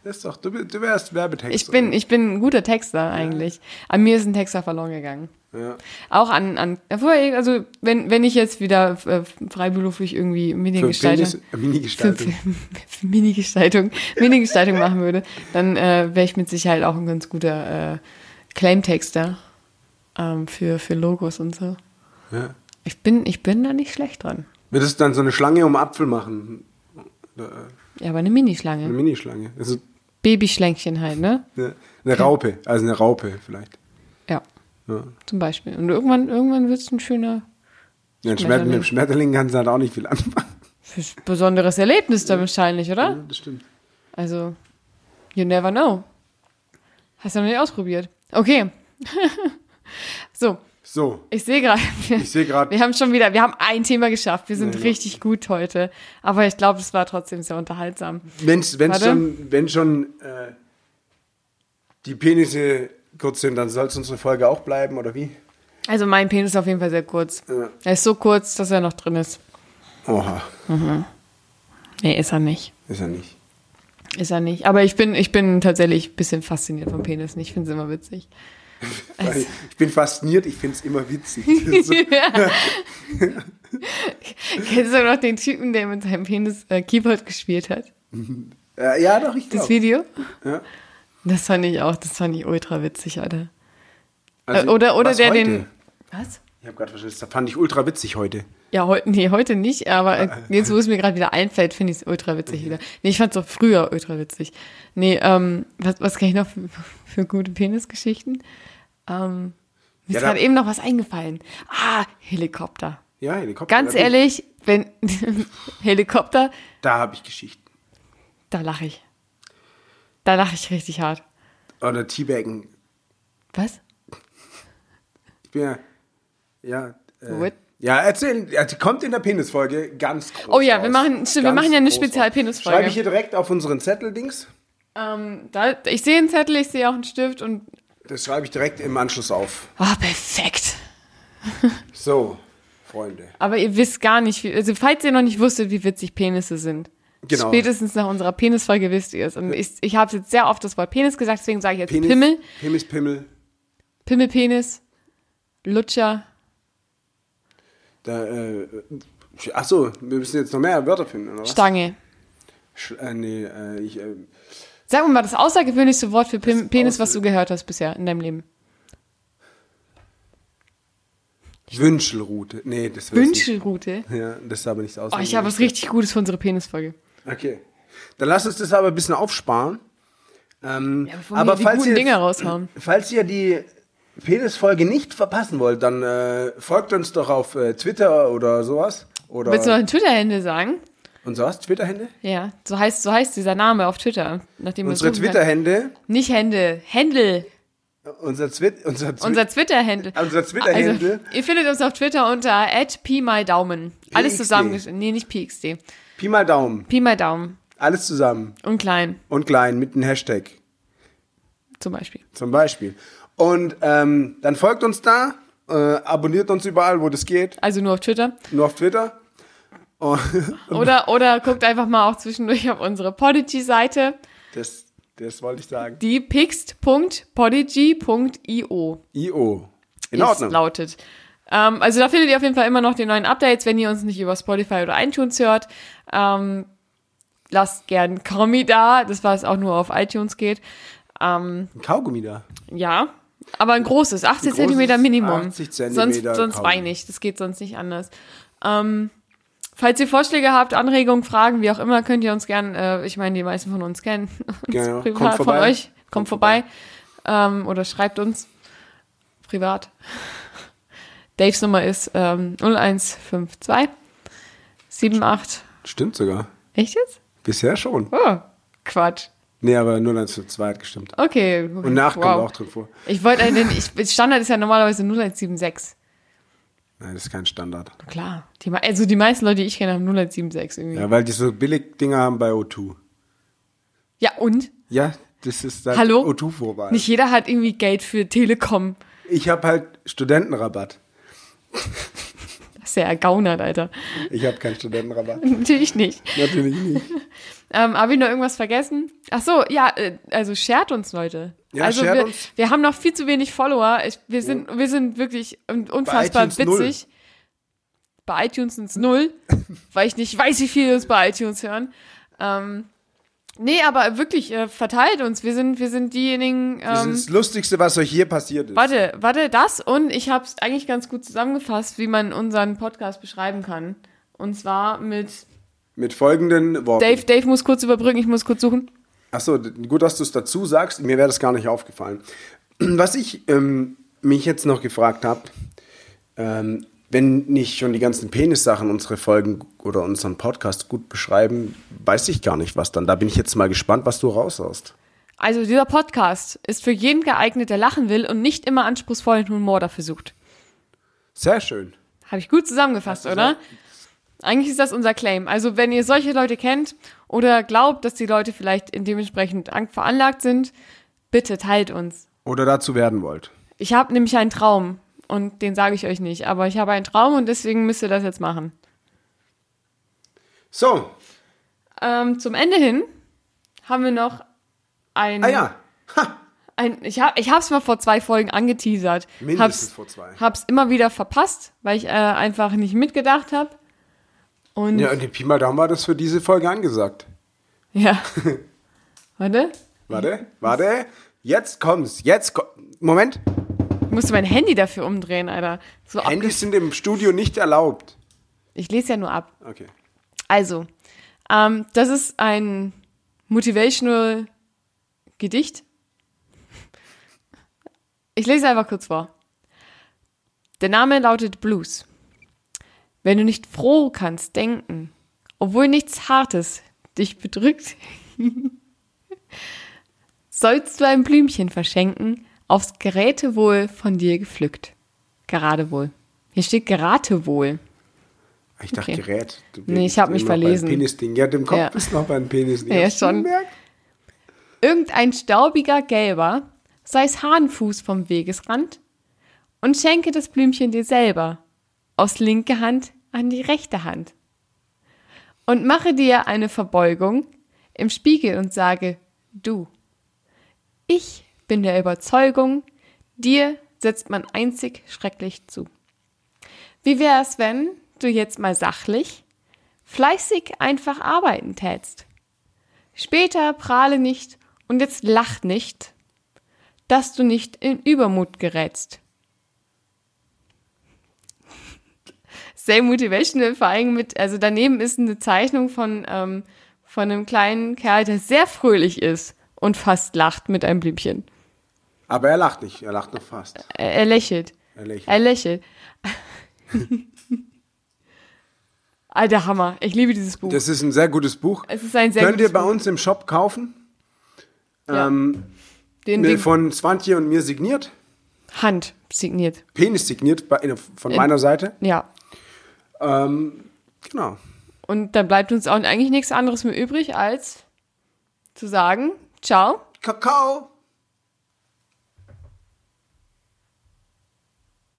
A: das ist doch, du, bi- du wärst Werbetext.
B: Ich bin, ich bin ein guter Texter eigentlich. An mir ist ein Texter verloren gegangen.
A: Ja.
B: Auch an, an wobei, also wenn, wenn ich jetzt wieder äh, freiberuflich irgendwie
A: Für
B: Mediengestaltung,
A: Penis, äh, Mini-Gestaltung.
B: für Mini-Gestaltung, Mini-Gestaltung machen würde, dann äh, wäre ich mit Sicherheit auch ein ganz guter äh, Claim-Texter ähm, für, für Logos und so.
A: Ja.
B: Ich bin, ich bin da nicht schlecht dran.
A: Würdest du dann so eine Schlange um Apfel machen? Oder, äh,
B: Ja, aber eine
A: Eine
B: Minischlange.
A: Minischlange. Also
B: Babyschlänkchen halt, ne?
A: eine, eine Raupe. Also eine Raupe vielleicht.
B: Ja,
A: Ja.
B: zum Beispiel. Und irgendwann, irgendwann wird es ein schöner,
A: Ja, ein Schmetterling. Mit
B: Schmetterling.
A: dem Schmetterling kannst du halt auch nicht viel anfangen.
B: fürs besonderes Erlebnis da wahrscheinlich,
A: Ja,
B: oder?
A: das stimmt.
B: Also, you never know. Hast du noch nicht ausprobiert. Okay. so,
A: So,
B: ich sehe gerade, wir,
A: ich sehe gerade,
B: wir haben schon wieder, wir haben ein Thema geschafft. Wir sind
A: Nein,
B: richtig gut heute. Aber ich glaube, es war trotzdem sehr unterhaltsam.
A: wenn's, wenn's
B: Warte.
A: schon, wenn schon äh, die Penisse kurz sind, dann soll es unsere Folge auch bleiben, oder wie?
B: Also mein Penis ist auf jeden Fall sehr kurz.
A: Ja.
B: Er ist so kurz, dass er noch drin ist.
A: Oha,
B: Nee, ist er nicht.
A: ist er nicht.
B: Ist er nicht. Aber ich bin, ich bin tatsächlich ein bisschen fasziniert vom Penis. Ich finde es immer witzig.
A: Weil ich bin fasziniert, ich finde es immer witzig. So,
B: Kennst du noch den Typen, der mit seinem Penis äh, Keyboard gespielt hat?
A: äh, ja, doch, ich
B: Das
A: glaube.
B: Video?
A: Ja.
B: Das fand ich auch, das fand ich ultra witzig, Alter.
A: Also,
B: äh, oder oder
A: was
B: der
A: heute?
B: den. Was?
A: Ich habe gerade verstanden, das fand ich ultra witzig heute.
B: Ja, heute, nee, heute nicht,
A: Ah,
B: aber äh, jetzt, wo es mir gerade wieder einfällt, finde ich es ultra witzig wieder. Nee, ich fand es auch früher ultra witzig. Nee, ähm, was, was kenne ich noch für, für gute Penisgeschichten? Ähm, mir
A: Ja,
B: ist
A: da-
B: gerade eben noch was eingefallen. Ah, Helikopter.
A: Ja, Helikopter.
B: Ganz
A: da bin-
B: ehrlich, wenn Helikopter,
A: Da habe ich Geschichten.
B: da lache ich. Da lache ich richtig hart.
A: Oder Teabaggen.
B: Was?
A: Ich bin ja. Ja. Äh,
B: What?
A: Ja, erzählen. Ja, die kommt in der Penisfolge ganz groß.
B: Oh ja, wir
A: raus.
B: machen- stimmt, wir
A: Ganz
B: machen ja eine
A: groß raus.
B: Spezial-Penisfolge.
A: Schreibe ich hier direkt auf unseren Zettel-Dings.
B: Ähm, da, ich sehe einen Zettel, ich sehe auch einen Stift und.
A: Das schreibe ich direkt im Anschluss auf.
B: Ah, perfekt.
A: So, Freunde.
B: Aber ihr wisst gar nicht, wie, also falls ihr noch nicht wusstet, wie witzig Penisse sind.
A: Genau.
B: Spätestens nach unserer Penisfolge wisst ihr es. Und ich, ich habe jetzt sehr oft das Wort Penis gesagt, deswegen sage ich jetzt
A: Penis.
B: Pimmel,
A: Penis, Pimmel.
B: Pimmelpenis, Lutscher.
A: Da, äh, achso, wir müssen jetzt noch mehr Wörter finden, oder was?
B: Stange.
A: Sch äh, nee, äh, ich, äh,
B: Sag mir mal das außergewöhnlichste Wort für Pim
A: Das
B: Penis, was
A: außer-
B: du gehört hast bisher in deinem Leben.
A: Wünschelrute. Nee, das will ich nicht.
B: Wünschelrute.
A: Ja, das ist aber nicht aus.
B: Oh, ich habe was richtig Gutes für unsere Penisfolge.
A: Okay. Dann lass uns das aber ein bisschen aufsparen. Ähm,
B: bevor wir
A: aber
B: die
A: falls
B: guten
A: ihr,
B: Dinger raushauen.
A: falls ihr die Penis-Folge nicht verpassen wollt, dann äh, folgt uns doch auf äh, Twitter oder sowas. Oder
B: Willst du noch einen Twitter-Hände sagen?
A: und sowas, Twitter-Hände?
B: Ja, so heißt, so heißt dieser Name auf Twitter. Nachdem man
A: Unsere
B: suchen kann.
A: Twitter-Hände.
B: Nicht Händel, Händel.
A: Unser, Twit unser, Twi
B: Unser Twitter-Händel.
A: Unser Twitter-Händel.
B: Also, ihr findet uns auf Twitter unter @pimydaumen. Alles
A: PXD.
B: zusammengeschrieben. Nee, nicht PXD.
A: Pi mal Daumen.
B: Pi mal Daumen
A: Alles zusammen.
B: und klein
A: Und klein mit einem Hashtag.
B: zum Beispiel.
A: Zum Beispiel. Und ähm, dann folgt uns da. Äh, abonniert uns überall, wo das geht.
B: Also nur auf Twitter.
A: Nur auf Twitter. Und
B: Oder oder guckt einfach mal auch zwischendurch auf unsere Podigy-Seite,
A: das, das wollte ich sagen.
B: die pixt.podigy.io.
A: IO. In
B: es
A: Ordnung.
B: lautet. Ähm, also da findet ihr auf jeden Fall immer noch die neuen Updates, wenn ihr uns nicht über Spotify oder iTunes hört. Ähm, lasst gern Kommi da, das war es auch nur auf iTunes geht. Ähm,
A: Ein Kaugummi da.
B: ja, aber ein großes, 80
A: Ein großes
B: Zentimeter Minimum.
A: 80 Zentimeter
B: sonst sonst
A: Kaugummi.
B: weine ich, das geht sonst nicht anders. Ähm, falls ihr Vorschläge habt, Anregungen, Fragen, wie auch immer, könnt ihr uns gern, äh, ich meine, die meisten von uns kennen uns
A: Genau,
B: privat
A: kommt
B: von
A: vorbei.
B: euch, kommt,
A: Kommt
B: vorbei, Ähm, oder schreibt uns privat. Daves Nummer ist ähm, 0152 78.
A: Stimmt sogar.
B: Echt jetzt?
A: Bisher schon.
B: Oh, Quatsch.
A: Nee, aber 01 zu 2 hat gestimmt.
B: Okay.
A: Und nach kommt auch drin vor.
B: Ich wollte einen, ich, Standard ist ja normalerweise 0176.
A: Nein, das ist kein Standard.
B: Na Klar. Die, mei- also die meisten Leute, die ich kenne, haben 0176 irgendwie. Ja,
A: Ja, weil die so billig Dinger haben bei O2.
B: und?
A: Ja, das ist halt
B: Hallo?
A: O2-Vorwahl.
B: Nicht jeder hat irgendwie Geld für Telekom.
A: Ich habe halt Studentenrabatt.
B: Das ist ja ergaunert, Alter.
A: Ich habe keinen Studentenrabatt.
B: Natürlich nicht.
A: Natürlich nicht.
B: Ähm, Habe ich noch irgendwas vergessen? Ach so, ja, äh, also shared uns, Leute.
A: Ja,
B: also
A: shared
B: wir,
A: uns.
B: wir haben noch viel zu wenig Follower. Ich, wir, sind, wir sind wirklich un- unfassbar
A: iTunes null.
B: witzig. Bei iTunes sind es null, weil ich nicht weiß, wie viele uns bei iTunes hören. Ähm, nee, aber wirklich, äh, verteilt uns. Wir sind, wir sind diejenigen.
A: Das
B: Ähm,
A: ist das Lustigste, was euch hier passiert ist.
B: warte, warte, das und ich habe es eigentlich ganz gut zusammengefasst, wie man unseren Podcast beschreiben kann. Und zwar mit
A: Mit folgenden Worten.
B: Dave, Dave muss kurz überbrücken, ich muss kurz suchen.
A: Achso, gut, dass du es dazu sagst. Mir wäre das gar nicht aufgefallen. Was ich ähm, mich jetzt noch gefragt habe, ähm, wenn nicht schon die ganzen Penis-Sachen unsere Folgen oder unseren Podcast gut beschreiben, weiß ich gar nicht, was dann. Da bin ich jetzt mal gespannt, was du raushaust.
B: Also dieser Podcast ist für jeden geeignet, der lachen will und nicht immer anspruchsvollen Humor dafür sucht.
A: Sehr schön.
B: Habe ich gut zusammengefasst,
A: Hast du
B: oder? Eigentlich ist das unser Claim. Also wenn ihr solche Leute kennt oder glaubt, dass die Leute vielleicht in dementsprechend an- veranlagt sind, bitte teilt uns.
A: Oder dazu werden wollt.
B: Ich habe nämlich einen Traum und den sage ich euch nicht, aber ich habe einen Traum und deswegen müsst ihr das jetzt machen.
A: So,
B: Ähm, zum Ende hin haben wir noch ein,
A: ah ja.
B: ein, ich habe ich hab's mal vor zwei Folgen angeteasert.
A: Mindestens
B: hab's,
A: vor zwei.
B: Hab's immer wieder verpasst, weil ich äh, einfach nicht mitgedacht habe. Und
A: Ja,
B: ja.
A: und die Pi mal Daumen war das für diese Folge angesagt.
B: Warte.
A: Warte, warte. Jetzt kommt's. Jetzt ko Moment.
B: Ich musste mein Handy dafür umdrehen, Alter. So ab
A: Handys sind im Studio nicht erlaubt.
B: ich lese ja nur ab.
A: Okay.
B: Also, ähm, das ist ein motivational Gedicht. Ich lese einfach kurz vor. Der Name lautet Blues. Wenn du nicht froh kannst denken, obwohl nichts Hartes dich bedrückt, sollst du ein Blümchen verschenken, aufs Gerätewohl von dir gepflückt. Geradewohl. Hier steht Geratewohl.
A: Ich dachte,
B: Okay.
A: Gerät. Du
B: Nee, ich
A: bist
B: hab mich
A: immer noch
B: verlesen.
A: Beim Penisding. Ja, dem Kopf
B: Ja.
A: bist du noch beim Penisding.
B: Ja,
A: Hast du
B: schon.
A: gemerkt?
B: irgendein staubiger Gelber, sei's Hahnfuß vom Wegesrand, und schenke das Blümchen dir selber, aus linke Hand an die rechte Hand. Und mache dir eine Verbeugung im Spiegel und sage, du. Ich bin der Überzeugung, dir setzt man einzig schrecklich zu. Wie wär's, wenn du jetzt mal sachlich, fleißig einfach arbeiten tätst? Später prahle nicht und jetzt lach nicht, dass du nicht in Übermut gerätst. Sehr motivational, vor allem mit, also daneben ist eine Zeichnung von, ähm, von einem kleinen Kerl, der sehr fröhlich ist und fast lacht mit einem Blümchen.
A: Aber er lacht nicht. Er lacht noch fast.
B: Er, er lächelt.
A: Er lächelt.
B: Er lächelt. Alter Hammer, ich liebe dieses Buch.
A: Das ist ein sehr gutes Buch.
B: es ist ein sehr
A: Könnt ihr
B: gutes
A: bei
B: Buch.
A: uns im Shop kaufen.
B: Ja.
A: Ähm,
B: Den,
A: nee,
B: den
A: von Swantje und mir signiert.
B: Hand signiert.
A: Penis signiert bei, von meiner Seite.
B: Ja,
A: Ähm, genau.
B: Und dann bleibt uns auch eigentlich nichts anderes mehr übrig, als zu sagen, ciao.
A: Kakao.